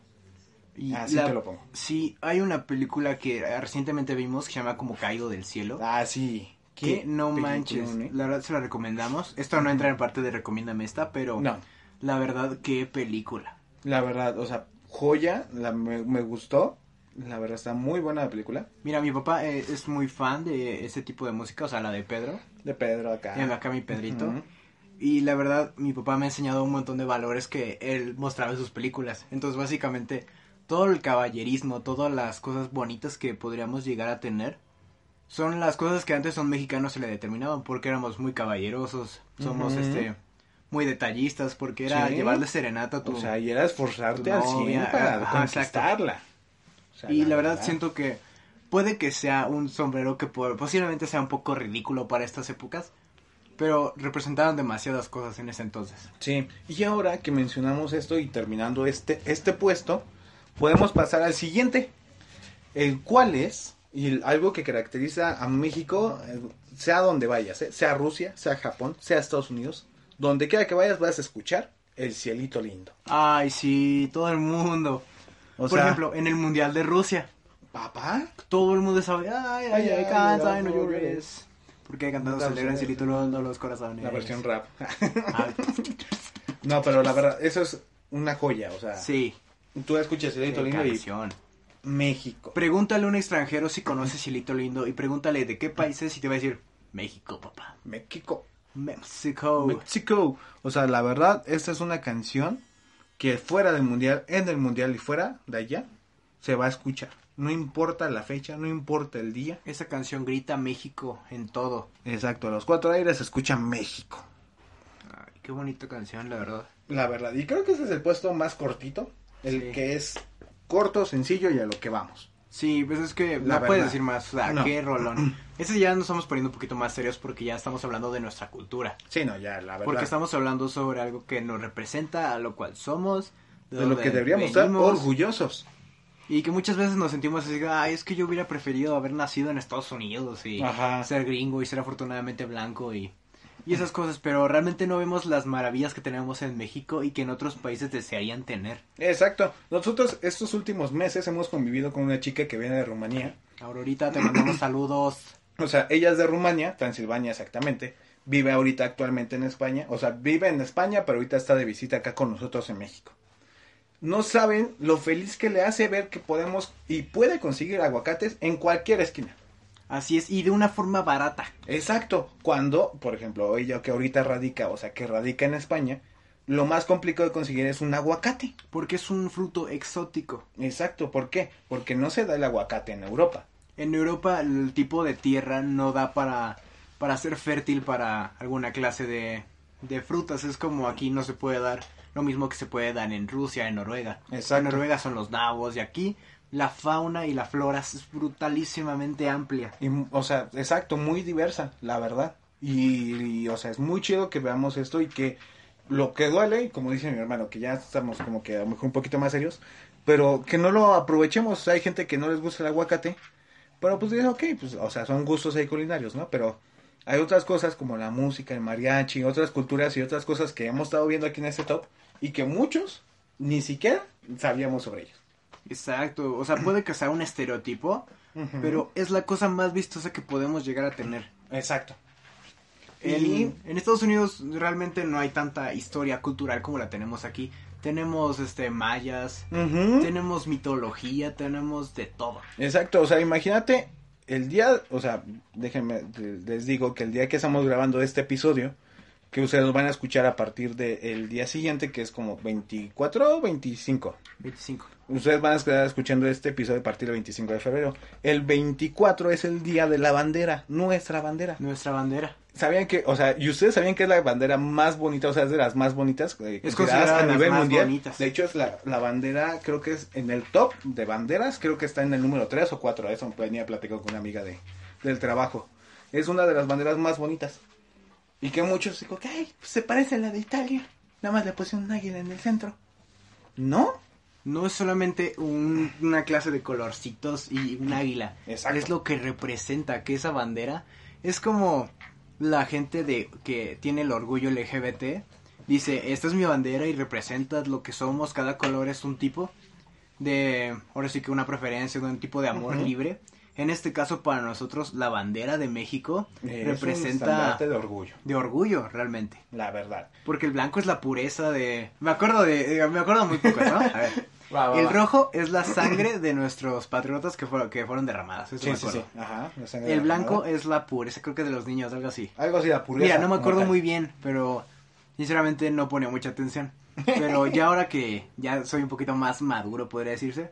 [SPEAKER 1] Y
[SPEAKER 2] Así Ah, te lo pongo.
[SPEAKER 1] Sí, hay una película que eh, recientemente vimos que se llama como Caído del Cielo.
[SPEAKER 2] Ah, sí.
[SPEAKER 1] que no
[SPEAKER 2] peliculón,
[SPEAKER 1] manches.
[SPEAKER 2] ¿eh?
[SPEAKER 1] La verdad se la recomendamos. Esto no entra en parte de recomiéndame esta, pero
[SPEAKER 2] No,
[SPEAKER 1] la verdad, qué película.
[SPEAKER 2] la verdad, o sea, joya, la, me, me gustó. La verdad, está muy buena la película.
[SPEAKER 1] Mira, mi papá eh, es muy fan de este tipo de música, o sea, la de Pedro.
[SPEAKER 2] De Pedro acá.
[SPEAKER 1] Llama acá mi Pedrito.
[SPEAKER 2] Ah. Ujú.
[SPEAKER 1] Y la verdad, mi papá me ha enseñado un montón de valores que él mostraba en sus películas. Entonces, básicamente, todo el caballerismo, todas las cosas bonitas que podríamos llegar a tener, son las cosas que antes a un mexicano se le determinaban porque éramos muy caballerosos, somos
[SPEAKER 2] Ujú.
[SPEAKER 1] este muy detallistas, porque era
[SPEAKER 2] Sí.
[SPEAKER 1] llevarle serenata a tu...
[SPEAKER 2] O sea, y era esforzarte
[SPEAKER 1] tu
[SPEAKER 2] al
[SPEAKER 1] novia,
[SPEAKER 2] 100
[SPEAKER 1] ajá,
[SPEAKER 2] para
[SPEAKER 1] exacto.
[SPEAKER 2] conquistarla. O sea,
[SPEAKER 1] y la verdad, siento que Puede que sea un sombrero que po- posiblemente sea un poco ridículo para estas épocas, pero representaban demasiadas cosas en ese entonces.
[SPEAKER 2] Sí, y ahora que mencionamos esto y terminando este, este puesto, podemos pasar al siguiente, el cual es y el- algo que caracteriza a México, eh, sea donde vayas, eh, sea Rusia, sea Japón, sea Estados Unidos, donde quiera que vayas vas a escuchar el cielito lindo.
[SPEAKER 1] Ay, sí, todo el mundo.
[SPEAKER 2] O
[SPEAKER 1] Por
[SPEAKER 2] sea,
[SPEAKER 1] ejemplo, en el Mundial de Rusia,
[SPEAKER 2] papá,
[SPEAKER 1] todo el mundo sabe, ay, ay,
[SPEAKER 2] Ay,
[SPEAKER 1] ay,
[SPEAKER 2] ay,
[SPEAKER 1] canta, ay, no
[SPEAKER 2] no
[SPEAKER 1] llores. Porque cantando
[SPEAKER 2] No,
[SPEAKER 1] celebran
[SPEAKER 2] sí.
[SPEAKER 1] Cielito Lindo los corazones.
[SPEAKER 2] la versión rap.
[SPEAKER 1] Ah,
[SPEAKER 2] no, pero la verdad, eso es una joya, o sea,
[SPEAKER 1] sí,
[SPEAKER 2] tú escuchas cielito
[SPEAKER 1] qué
[SPEAKER 2] lindo
[SPEAKER 1] canción.
[SPEAKER 2] y México.
[SPEAKER 1] Pregúntale a un extranjero si conoce Cielito Lindo y pregúntale de qué país es y te va a decir, México, papá.
[SPEAKER 2] México.
[SPEAKER 1] México.
[SPEAKER 2] Mexico. O sea, la verdad, esta es una canción que fuera del mundial, en el mundial y fuera de allá, se va a escuchar. No importa la fecha, no importa el día.
[SPEAKER 1] Esa canción grita México en todo.
[SPEAKER 2] Exacto, a los cuatro aires se escucha México.
[SPEAKER 1] Ay, qué bonita canción, la verdad.
[SPEAKER 2] La verdad, y creo que ese es el puesto más cortito, el
[SPEAKER 1] Sí.
[SPEAKER 2] que es corto, sencillo y a lo que vamos.
[SPEAKER 1] Sí, pues es que
[SPEAKER 2] La
[SPEAKER 1] no puedes
[SPEAKER 2] verdad.
[SPEAKER 1] decir más. O sea,
[SPEAKER 2] No.
[SPEAKER 1] qué rolón. Ese ya nos estamos poniendo un poquito más serios porque ya estamos hablando de nuestra cultura.
[SPEAKER 2] Sí, no, ya, la verdad.
[SPEAKER 1] Porque estamos hablando sobre algo que nos representa, a lo cual somos,
[SPEAKER 2] de lo
[SPEAKER 1] dónde
[SPEAKER 2] que deberíamos estar
[SPEAKER 1] venimos,
[SPEAKER 2] orgullosos.
[SPEAKER 1] Y que muchas veces nos sentimos así, ay, es que yo hubiera preferido haber nacido en Estados Unidos y
[SPEAKER 2] Ajá.
[SPEAKER 1] ser gringo y ser afortunadamente blanco y, y esas cosas, pero realmente no vemos las maravillas que tenemos en México y que en otros países desearían tener.
[SPEAKER 2] Exacto. Nosotros estos últimos meses hemos convivido con una chica que viene de Rumanía.
[SPEAKER 1] Aurorita, te mandamos saludos.
[SPEAKER 2] O sea, ella es de Rumania, Transilvania exactamente. Vive ahorita actualmente en España. O sea, vive en España, pero ahorita está de visita acá con nosotros en México. No saben lo feliz que le hace ver que podemos y puede conseguir aguacates en cualquier esquina.
[SPEAKER 1] Así es, y de una forma barata.
[SPEAKER 2] Exacto. Cuando, por ejemplo, ella que ahorita radica, o sea, que radica en España, lo más complicado de conseguir es un aguacate.
[SPEAKER 1] Porque es un fruto exótico.
[SPEAKER 2] Exacto. ¿Por qué? Porque no se da el aguacate en Europa.
[SPEAKER 1] En Europa el tipo de tierra no da para, para ser fértil para alguna clase de, de frutas. Es como aquí no se puede dar lo mismo que se puede dar en Rusia, en Noruega.
[SPEAKER 2] Exacto.
[SPEAKER 1] En Noruega son los nabos y aquí la fauna y la flora es brutalísimamente amplia.
[SPEAKER 2] Y, o sea, exacto, muy diversa, la verdad. Y, y, o sea, es muy chido que veamos esto y que lo que duele, y como dice mi hermano, que ya estamos como que a lo mejor un poquito más serios, pero que no lo aprovechemos. O sea, hay gente que no les gusta el aguacate, pero pues dice, ok, pues, o sea, son gustos ahí culinarios, ¿no? Pero hay otras cosas como la música, el mariachi, otras culturas y otras cosas que hemos estado viendo aquí en este top y que muchos ni siquiera sabíamos sobre ellos.
[SPEAKER 1] Exacto, o sea, puede que sea un estereotipo, pero es la cosa más vistosa que podemos llegar a tener.
[SPEAKER 2] Exacto.
[SPEAKER 1] En, en Estados Unidos realmente no hay tanta historia cultural como la tenemos aquí. Tenemos este mayas,
[SPEAKER 2] Ujú.
[SPEAKER 1] tenemos mitología, tenemos de todo.
[SPEAKER 2] Exacto, o sea, imagínate el día, o sea, déjenme, te- les digo que el día que estamos grabando este episodio, que ustedes lo van a escuchar a partir del día siguiente, que es como 24 o 25.
[SPEAKER 1] 25.
[SPEAKER 2] Ustedes van a estar escuchando este episodio a partir del 25 de febrero. El 24 es el día de la bandera, nuestra bandera.
[SPEAKER 1] Nuestra bandera.
[SPEAKER 2] ¿Sabían que, o sea, y ustedes sabían que es la bandera más bonita, o sea, es de las más bonitas eh,
[SPEAKER 1] Es
[SPEAKER 2] consideradas
[SPEAKER 1] considerada
[SPEAKER 2] a
[SPEAKER 1] las
[SPEAKER 2] nivel
[SPEAKER 1] más
[SPEAKER 2] mundial?
[SPEAKER 1] bonitas.
[SPEAKER 2] De hecho, es la, la bandera, creo que es en el top de banderas, creo que está en el número 3 o 4, eso venía platicando con una amiga de, del trabajo. Es una de las banderas más bonitas. Y que muchos digo, que "Ay, se parece a la de Italia, nada más le pusieron un águila en el centro. ¿No?
[SPEAKER 1] No es solamente un- una clase de colorcitos y un águila.
[SPEAKER 2] Exacto.
[SPEAKER 1] Es lo que representa que esa bandera es como la gente de que tiene el orgullo LGBT dice, "Esta es mi bandera y representa lo que somos, cada color es un tipo de ahora sí que una preferencia, un tipo de amor libre." En este caso para nosotros la bandera de México
[SPEAKER 2] eh, Es un
[SPEAKER 1] representa
[SPEAKER 2] estandarte de orgullo,
[SPEAKER 1] de orgullo realmente.
[SPEAKER 2] la verdad.
[SPEAKER 1] Porque el blanco es la pureza de... Me acuerdo de... eh, Me acuerdo muy poco, ¿no? A ver.
[SPEAKER 2] Va, va,
[SPEAKER 1] el
[SPEAKER 2] va.
[SPEAKER 1] rojo es la sangre de nuestros patriotas que fueron, que fueron derramadas. eso me acuerdo.
[SPEAKER 2] Ajá, la sangre
[SPEAKER 1] El
[SPEAKER 2] de la
[SPEAKER 1] blanco
[SPEAKER 2] manada.
[SPEAKER 1] es la pureza, creo que de los niños, algo así.
[SPEAKER 2] Algo así, la pureza.
[SPEAKER 1] Mira, no me
[SPEAKER 2] como
[SPEAKER 1] acuerdo
[SPEAKER 2] tal.
[SPEAKER 1] muy bien, pero sinceramente no ponía mucha atención. Pero ya ahora que ya soy un poquito más maduro, podría decirse,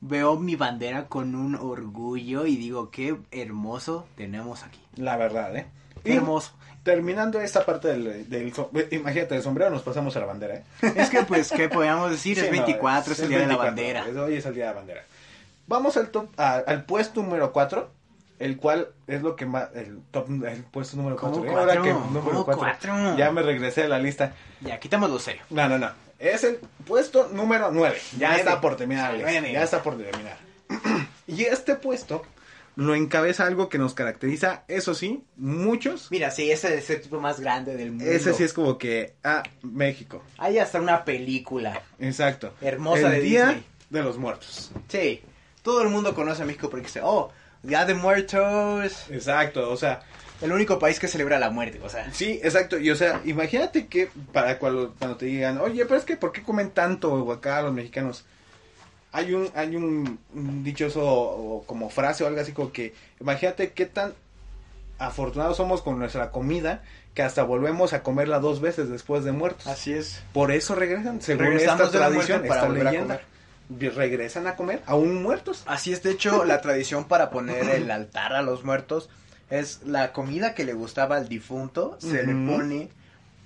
[SPEAKER 1] veo mi bandera con un orgullo y digo, qué hermoso tenemos aquí.
[SPEAKER 2] La verdad, ¿eh? Y
[SPEAKER 1] Hermoso.
[SPEAKER 2] Terminando esta parte del, del som- Imagínate, del sombrero nos pasamos a la bandera, ¿eh?
[SPEAKER 1] Es que pues, ¿qué podíamos decir?
[SPEAKER 2] Sí,
[SPEAKER 1] es
[SPEAKER 2] no,
[SPEAKER 1] 24, es, el día de la
[SPEAKER 2] 24,
[SPEAKER 1] bandera.
[SPEAKER 2] es- hoy es el día de la bandera. Vamos al top, a- al puesto número 4, el cual es lo que más, el top, el puesto número ¿eh?
[SPEAKER 4] ¿Cómo
[SPEAKER 2] 4.
[SPEAKER 4] cuatro? ¿Cómo cuatro?
[SPEAKER 2] Ya me regresé a la lista.
[SPEAKER 4] Ya, quitamos lo serio.
[SPEAKER 2] No, no, no. Es el puesto número 9. Ya
[SPEAKER 4] Nueve.
[SPEAKER 2] está por terminar, Alex.
[SPEAKER 4] Nueve.
[SPEAKER 2] Ya está por terminar. y este puesto lo encabeza algo que nos caracteriza, eso sí, muchos.
[SPEAKER 1] Mira, sí, ese es el tipo más grande del mundo.
[SPEAKER 2] Ese sí es como que a México.
[SPEAKER 1] Hay hasta una película.
[SPEAKER 2] Exacto.
[SPEAKER 1] Hermosa
[SPEAKER 2] el
[SPEAKER 1] de
[SPEAKER 2] Día
[SPEAKER 1] Disney.
[SPEAKER 2] de los Muertos.
[SPEAKER 1] Sí, todo el mundo conoce a México porque dice, oh, Día de Muertos.
[SPEAKER 2] Exacto, o sea,
[SPEAKER 1] El único país que celebra la muerte, o sea.
[SPEAKER 2] Sí, exacto. Y o sea, imagínate que para cuando, cuando te digan, oye, pero es que ¿por qué comen tanto acá los mexicanos? Hay un, hay un, un dichoso o como frase o algo así como que, imagínate qué tan afortunados somos con nuestra comida que hasta volvemos a comerla dos veces después de muertos.
[SPEAKER 1] Así es.
[SPEAKER 2] Por eso regresan, según
[SPEAKER 1] Regresamos
[SPEAKER 2] esta
[SPEAKER 1] de la
[SPEAKER 2] tradición,
[SPEAKER 1] muerte para
[SPEAKER 2] esta
[SPEAKER 1] volver a
[SPEAKER 2] leyenda, vi- regresan a comer aún muertos.
[SPEAKER 1] Así es, de hecho, la tradición para poner el altar a los muertos es la comida que le gustaba al difunto, se
[SPEAKER 2] Ujú.
[SPEAKER 1] le pone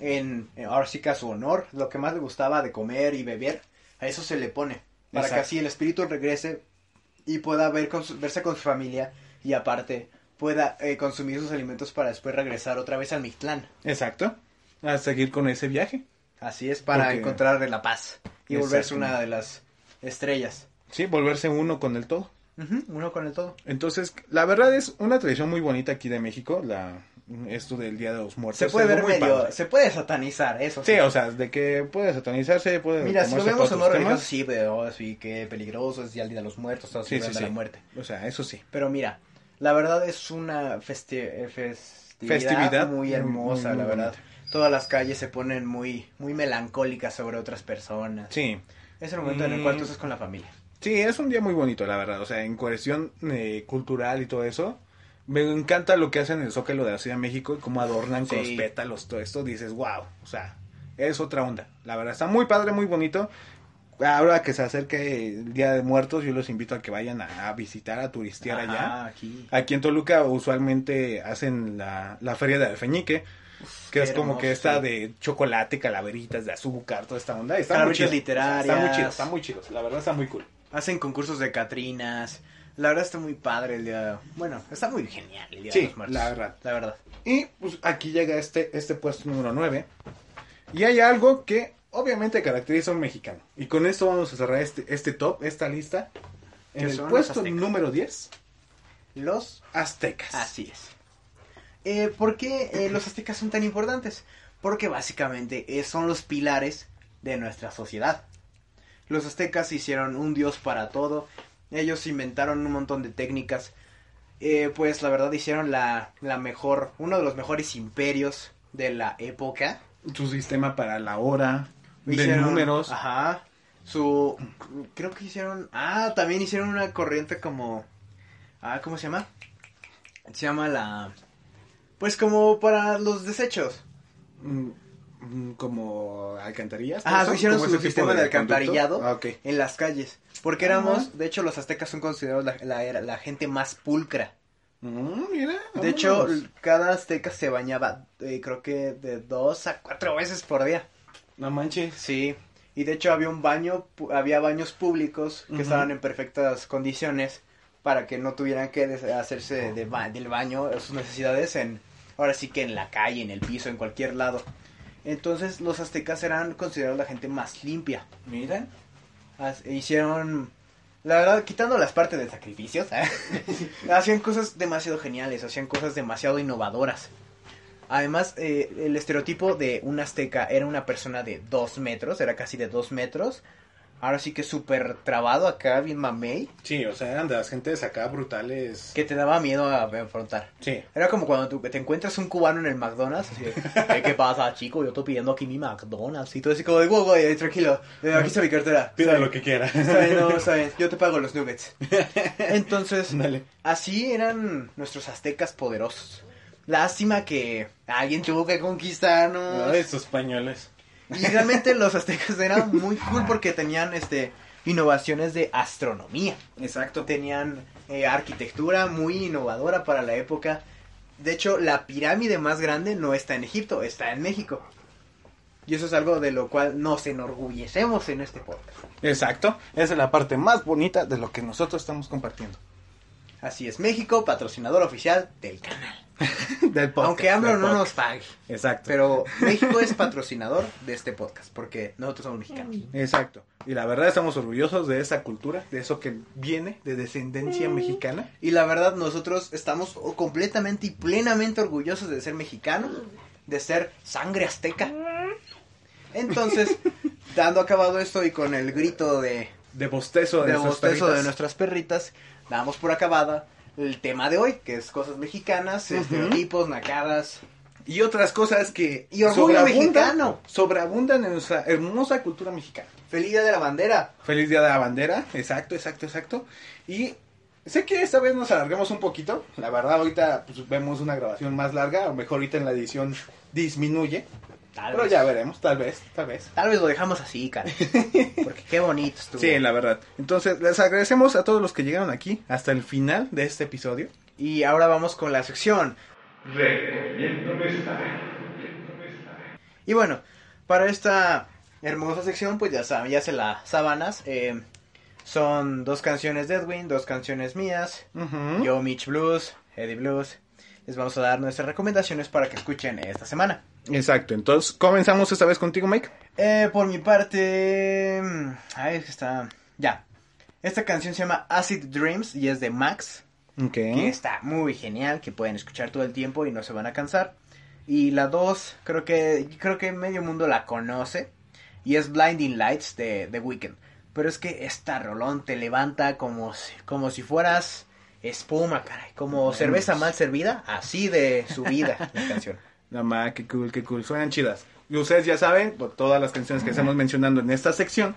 [SPEAKER 1] en, en- ahora sí que a su honor, lo que más le gustaba de comer y beber, a eso se le pone, para que
[SPEAKER 2] Exacto.
[SPEAKER 1] así el espíritu regrese y pueda ver con su- verse con su familia y aparte pueda eh, consumir sus alimentos para después regresar otra vez al Mictlán.
[SPEAKER 2] Exacto. A seguir con ese viaje.
[SPEAKER 1] Así es, para
[SPEAKER 2] Porque-
[SPEAKER 1] encontrar la paz y volverse una de las estrellas.
[SPEAKER 2] Sí, volverse uno con el todo.
[SPEAKER 1] Ujú, uno con el todo.
[SPEAKER 2] Entonces, la verdad es una tradición muy bonita aquí de México, la esto del Día de los Muertos.
[SPEAKER 1] Se puede
[SPEAKER 2] Es
[SPEAKER 1] ver
[SPEAKER 2] algo muy
[SPEAKER 1] medio,
[SPEAKER 2] padre.
[SPEAKER 1] se puede satanizar, eso
[SPEAKER 2] Sí, o sea, de que puede satanizarse, puede
[SPEAKER 1] Mira, si lo
[SPEAKER 2] tomarse
[SPEAKER 1] vemos en
[SPEAKER 2] para
[SPEAKER 1] los
[SPEAKER 2] otros
[SPEAKER 1] religiosos,
[SPEAKER 2] temas.
[SPEAKER 1] sí, pero sí, qué peligroso, es ya el día de los muertos, estás
[SPEAKER 2] Sí, sí,
[SPEAKER 1] celebrando
[SPEAKER 2] sí.
[SPEAKER 1] la muerte.
[SPEAKER 2] O sea, eso sí.
[SPEAKER 1] Pero mira, la verdad es una festi- eh, festividad,
[SPEAKER 2] Festividad muy-
[SPEAKER 1] muy hermosa,
[SPEAKER 2] muy
[SPEAKER 1] la verdad.
[SPEAKER 2] bonita.
[SPEAKER 1] Todas las calles se ponen muy, muy melancólicas sobre otras personas.
[SPEAKER 2] Sí.
[SPEAKER 1] Es el momento en el
[SPEAKER 2] Mm.
[SPEAKER 1] cual tú estás con la familia.
[SPEAKER 2] Sí, es un día muy bonito, la verdad. O sea, en cohesión eh, cultural y todo eso. Me encanta lo que hacen en el Zócalo de la Ciudad de México y cómo adornan con los
[SPEAKER 1] Sí.
[SPEAKER 2] pétalos todo esto. Dices, wow, o sea, es otra onda. La verdad, está muy padre, muy bonito. Ahora que se acerque el Día de Muertos, yo los invito a que vayan a, a visitar, a turistear allá.
[SPEAKER 1] Ajá, aquí.
[SPEAKER 2] Aquí en Toluca usualmente hacen la, la feria de Alfeñique, que
[SPEAKER 1] qué
[SPEAKER 2] es como que
[SPEAKER 1] hermoso.
[SPEAKER 2] esta de chocolate, calaveritas de azúcar, toda esta onda. Está muy
[SPEAKER 1] Carruchas
[SPEAKER 2] chido. O sea, Está muy
[SPEAKER 1] literarias.
[SPEAKER 2] chido, está muy chido. La verdad está muy cool.
[SPEAKER 1] Hacen concursos de Catrinas. La verdad está muy padre el día. Bueno, está muy genial el día
[SPEAKER 2] Sí,
[SPEAKER 1] de los muertos.
[SPEAKER 2] la verdad.
[SPEAKER 1] La verdad.
[SPEAKER 2] Y pues aquí llega este, este puesto número 9. Y hay algo que obviamente caracteriza a un mexicano. Y con esto vamos a cerrar este, este top, esta lista. En
[SPEAKER 1] Que
[SPEAKER 2] el
[SPEAKER 1] son los
[SPEAKER 2] puesto
[SPEAKER 1] aztecas. Ah,
[SPEAKER 2] número 10,
[SPEAKER 1] Los
[SPEAKER 2] aztecas.
[SPEAKER 1] Así es. Eh, ¿Por qué eh, los aztecas son tan importantes? Porque básicamente eh, son los pilares de nuestra sociedad. Los aztecas hicieron un dios para todo. Ellos inventaron un montón de técnicas. Eh, pues la verdad hicieron la, la mejor, uno de los mejores imperios de la época.
[SPEAKER 2] Su sistema para la hora, de
[SPEAKER 1] Hicieron- Ah.
[SPEAKER 2] números.
[SPEAKER 1] Ajá. Su, creo que hicieron, ah, también hicieron una corriente como, ah, ¿cómo se llama? Se llama la, pues como para los desechos.
[SPEAKER 2] Mm, mm, como alcantarillas.
[SPEAKER 1] Ah,
[SPEAKER 2] ¿no?
[SPEAKER 1] hicieron
[SPEAKER 2] Como
[SPEAKER 1] su
[SPEAKER 2] ese tipo
[SPEAKER 1] sistema de
[SPEAKER 2] conducto.
[SPEAKER 1] alcantarillado
[SPEAKER 2] Ah, ok.
[SPEAKER 1] en las calles. Porque éramos, de hecho, los aztecas son considerados la, la era- la gente más pulcra.
[SPEAKER 2] Mm, mira,
[SPEAKER 1] De hecho,
[SPEAKER 2] vámonos.
[SPEAKER 1] cada azteca se bañaba, eh, creo que de dos a cuatro veces por día.
[SPEAKER 2] no manches.
[SPEAKER 1] Sí, y de hecho había un baño, pu- había baños públicos que
[SPEAKER 2] Ujú.
[SPEAKER 1] estaban en perfectas condiciones para que no tuvieran que des-
[SPEAKER 2] Oh.
[SPEAKER 1] hacerse de ba- del baño eh, sus necesidades en, ahora sí que en la calle, en el piso, en cualquier lado. Entonces los aztecas eran considerados la gente más limpia.
[SPEAKER 2] Mira.
[SPEAKER 1] As- e Hicieron, la verdad, quitando las partes de sacrificios, ¿eh? hacían cosas demasiado geniales, hacían cosas demasiado innovadoras. Además, eh, el estereotipo de un azteca era una persona de dos metros, era casi de dos metros. Ahora sí que súper trabado acá, bien mamey,
[SPEAKER 2] Sí, o sea, eran de las gentes acá brutales.
[SPEAKER 1] que te daba miedo a afrontar.
[SPEAKER 2] Sí.
[SPEAKER 1] Era como cuando tú- te encuentras un cubano en el McDonald's. así de, "Eh, ¿Qué pasa, chico? Yo estoy pidiendo aquí mi McDonald's. Y tú así como de, wow, güey, tranquilo. eh, Aquí está mi cartera.
[SPEAKER 2] Pida lo que quiera.
[SPEAKER 1] Está bien, no, está bien. Yo te pago los nuggets. Entonces,
[SPEAKER 2] Dale.
[SPEAKER 1] así eran nuestros aztecas poderosos. Lástima que alguien tuvo que conquistarnos.
[SPEAKER 2] Estos españoles.
[SPEAKER 1] Y realmente los aztecas eran muy cool porque tenían este innovaciones de astronomía. Exacto. Tenían eh, arquitectura muy innovadora para la época. De hecho, la pirámide más grande no está en Egipto, está en México. Y eso es algo de lo cual nos enorgullecemos en este podcast.
[SPEAKER 2] Exacto. Esa es la parte más bonita de lo que nosotros estamos compartiendo.
[SPEAKER 1] Así es, México, patrocinador oficial del canal.
[SPEAKER 2] Del podcast,
[SPEAKER 1] Aunque AMLO
[SPEAKER 2] del
[SPEAKER 1] no nos
[SPEAKER 2] podcast.
[SPEAKER 1] pague.
[SPEAKER 2] Exacto.
[SPEAKER 1] Pero México es patrocinador de este podcast, porque nosotros somos mexicanos.
[SPEAKER 2] Exacto. Y la verdad estamos orgullosos de esa cultura, de eso que viene de descendencia mexicana.
[SPEAKER 1] Y la verdad, nosotros estamos o- completamente y plenamente orgullosos de ser mexicanos, de ser sangre azteca. Entonces, dando acabado esto y con el grito de,
[SPEAKER 2] De bostezo de,
[SPEAKER 1] de
[SPEAKER 2] nuestras
[SPEAKER 1] bostezo de
[SPEAKER 2] perritas.
[SPEAKER 1] nuestras perritas, damos por acabada el tema de hoy, que es cosas mexicanas, estereotipos, nacadas.
[SPEAKER 2] Y otras cosas que
[SPEAKER 1] Y orgullo
[SPEAKER 2] sobreabundan-
[SPEAKER 1] mexicano.
[SPEAKER 2] sobreabundan en nuestra hermosa cultura mexicana.
[SPEAKER 1] Feliz Día de la Bandera.
[SPEAKER 2] Feliz Día de la Bandera, exacto, exacto, exacto. Y sé que esta vez nos alargamos un poquito, la verdad ahorita pues, vemos una grabación más larga, a lo mejor ahorita en la edición disminuye,
[SPEAKER 1] Tal
[SPEAKER 2] pero
[SPEAKER 1] vez,
[SPEAKER 2] ya veremos, tal vez, tal vez.
[SPEAKER 1] tal vez lo dejamos así, cara. Porque qué bonito estuvo.
[SPEAKER 2] Sí, la verdad. Entonces, les agradecemos a todos los que llegaron aquí hasta el final de este episodio.
[SPEAKER 1] Y ahora vamos con la sección.
[SPEAKER 3] Recomiendo no estar.
[SPEAKER 1] Y bueno, para esta hermosa sección, pues ya saben, ya se la sabanas. eh, son dos canciones de Edwin, dos canciones mías.
[SPEAKER 2] Ujú.
[SPEAKER 1] Yo, Mitch Blues, Eddie Blues. Les vamos a dar nuestras recomendaciones para que escuchen esta semana.
[SPEAKER 2] Exacto, entonces comenzamos esta vez contigo, Mike.
[SPEAKER 1] Eh, por mi parte. mm, Ay, es que está. Ya. Esta canción se llama Acid Dreams y es de Max.
[SPEAKER 2] Ok.
[SPEAKER 1] que está muy genial, que pueden escuchar todo el tiempo y no se van a cansar. Y la 2, creo que, creo que medio mundo la conoce, y es Blinding Lights de The Weeknd. Pero es que esta rolón te levanta como si, como si fueras espuma, caray, como cerveza mal servida, así de subida la canción.
[SPEAKER 2] Nada más, qué cool, qué cool. Suenan chidas. Y ustedes ya saben, por todas las canciones que estamos mencionando en esta sección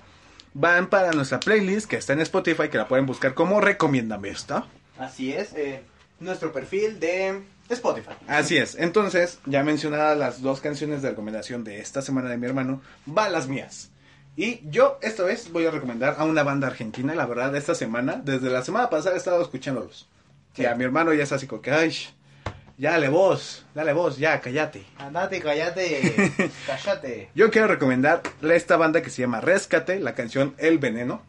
[SPEAKER 2] van para nuestra playlist que está en Spotify, que la pueden buscar como Recomiéndame esta.
[SPEAKER 1] Así es, eh, nuestro perfil de Spotify.
[SPEAKER 2] Así es. Entonces, ya mencionadas las dos canciones de recomendación de esta semana de mi hermano, van las mías. Y yo esta vez voy a recomendar a una banda argentina, la verdad, esta semana, desde la semana pasada he estado escuchándolos. Y a mi hermano ya es así como que, ay, ya dale voz, dale voz, ya, cállate.
[SPEAKER 1] Andate, callate, callate.
[SPEAKER 2] Yo quiero recomendar esta banda que se llama Rescate, la canción El Veneno.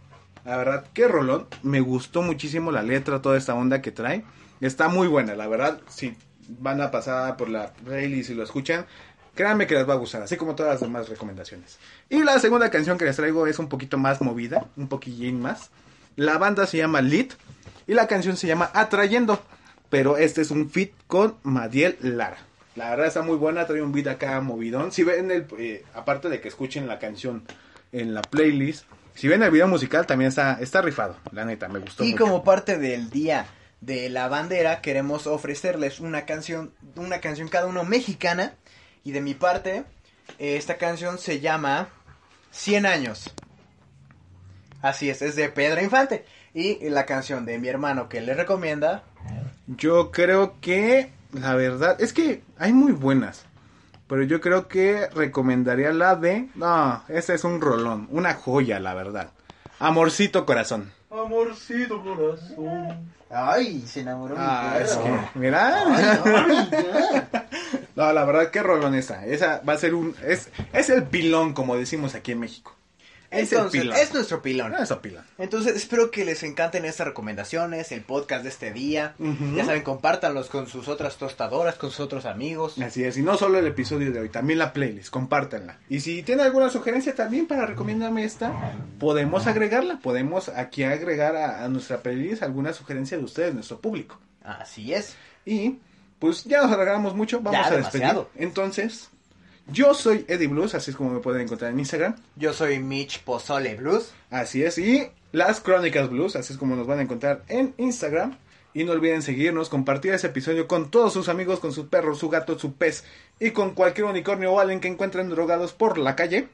[SPEAKER 2] La verdad, qué rolón. Me gustó muchísimo la letra, toda esta onda que trae. Está muy buena, la verdad. Si van a pasar por la playlist y lo escuchan, créanme que les va a gustar, así como todas las demás recomendaciones. Y la segunda canción que les traigo es un poquito más movida, un poquillín más. La banda se llama Lit y la canción se llama Atrayendo. Pero este es un fit con Madiel Lara. La verdad está muy buena, trae un beat acá movidón. Si ven el, eh, aparte de que escuchen la canción en la playlist, si ven el video musical también está, está rifado. La neta, me gustó.
[SPEAKER 1] Y
[SPEAKER 2] mucho.
[SPEAKER 1] como parte del día de la bandera, queremos ofrecerles una canción, una canción cada uno mexicana. Y de mi parte, eh, esta canción se llama 100 años. Así es, es de Pedro Infante. Y la canción de mi hermano que le recomienda.
[SPEAKER 2] Yo creo que, la verdad, es que hay muy buenas. Pero yo creo que recomendaría la de... No, ese es un rolón, una joya, la verdad. Amorcito Corazón.
[SPEAKER 4] Amorcito corazón.
[SPEAKER 1] Ay, se enamoró.
[SPEAKER 2] Ah, es que, mira. No, la verdad, qué rolón esa. Esa va a ser un... Es, es el pilón, como decimos aquí en México. Es el
[SPEAKER 1] Entonces,
[SPEAKER 2] pilón.
[SPEAKER 1] es nuestro pilón.
[SPEAKER 2] No es el pilón.
[SPEAKER 1] Entonces, espero que les encanten estas recomendaciones, el podcast de este día.
[SPEAKER 2] Ujú.
[SPEAKER 1] Ya saben, compártanlos con sus otras tostadoras, con sus otros amigos.
[SPEAKER 2] Así es, y no solo el episodio de hoy, también la playlist, compártanla. Y si tienen alguna sugerencia también para recomendarme esta, podemos agregarla, podemos aquí agregar a, a nuestra playlist alguna sugerencia de ustedes, nuestro público.
[SPEAKER 1] Así es.
[SPEAKER 2] Y pues ya nos alargamos mucho, vamos
[SPEAKER 1] Ya,
[SPEAKER 2] a despedir.
[SPEAKER 1] demasiado.
[SPEAKER 2] Entonces, yo soy Eddie Blues, así es como me pueden encontrar en Instagram.
[SPEAKER 1] Yo soy Mitch Pozole Blues.
[SPEAKER 2] Así es, y las Crónicas Blues, así es como nos van a encontrar en Instagram. Y no olviden seguirnos, compartir ese episodio con todos sus amigos, con su perro, su gato, su pez y con cualquier unicornio o alien que encuentren drogados por la calle.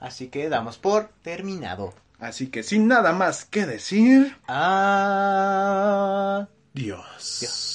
[SPEAKER 1] Así que damos por terminado.
[SPEAKER 2] Así que sin nada más que decir,
[SPEAKER 1] Ah.
[SPEAKER 2] Dios.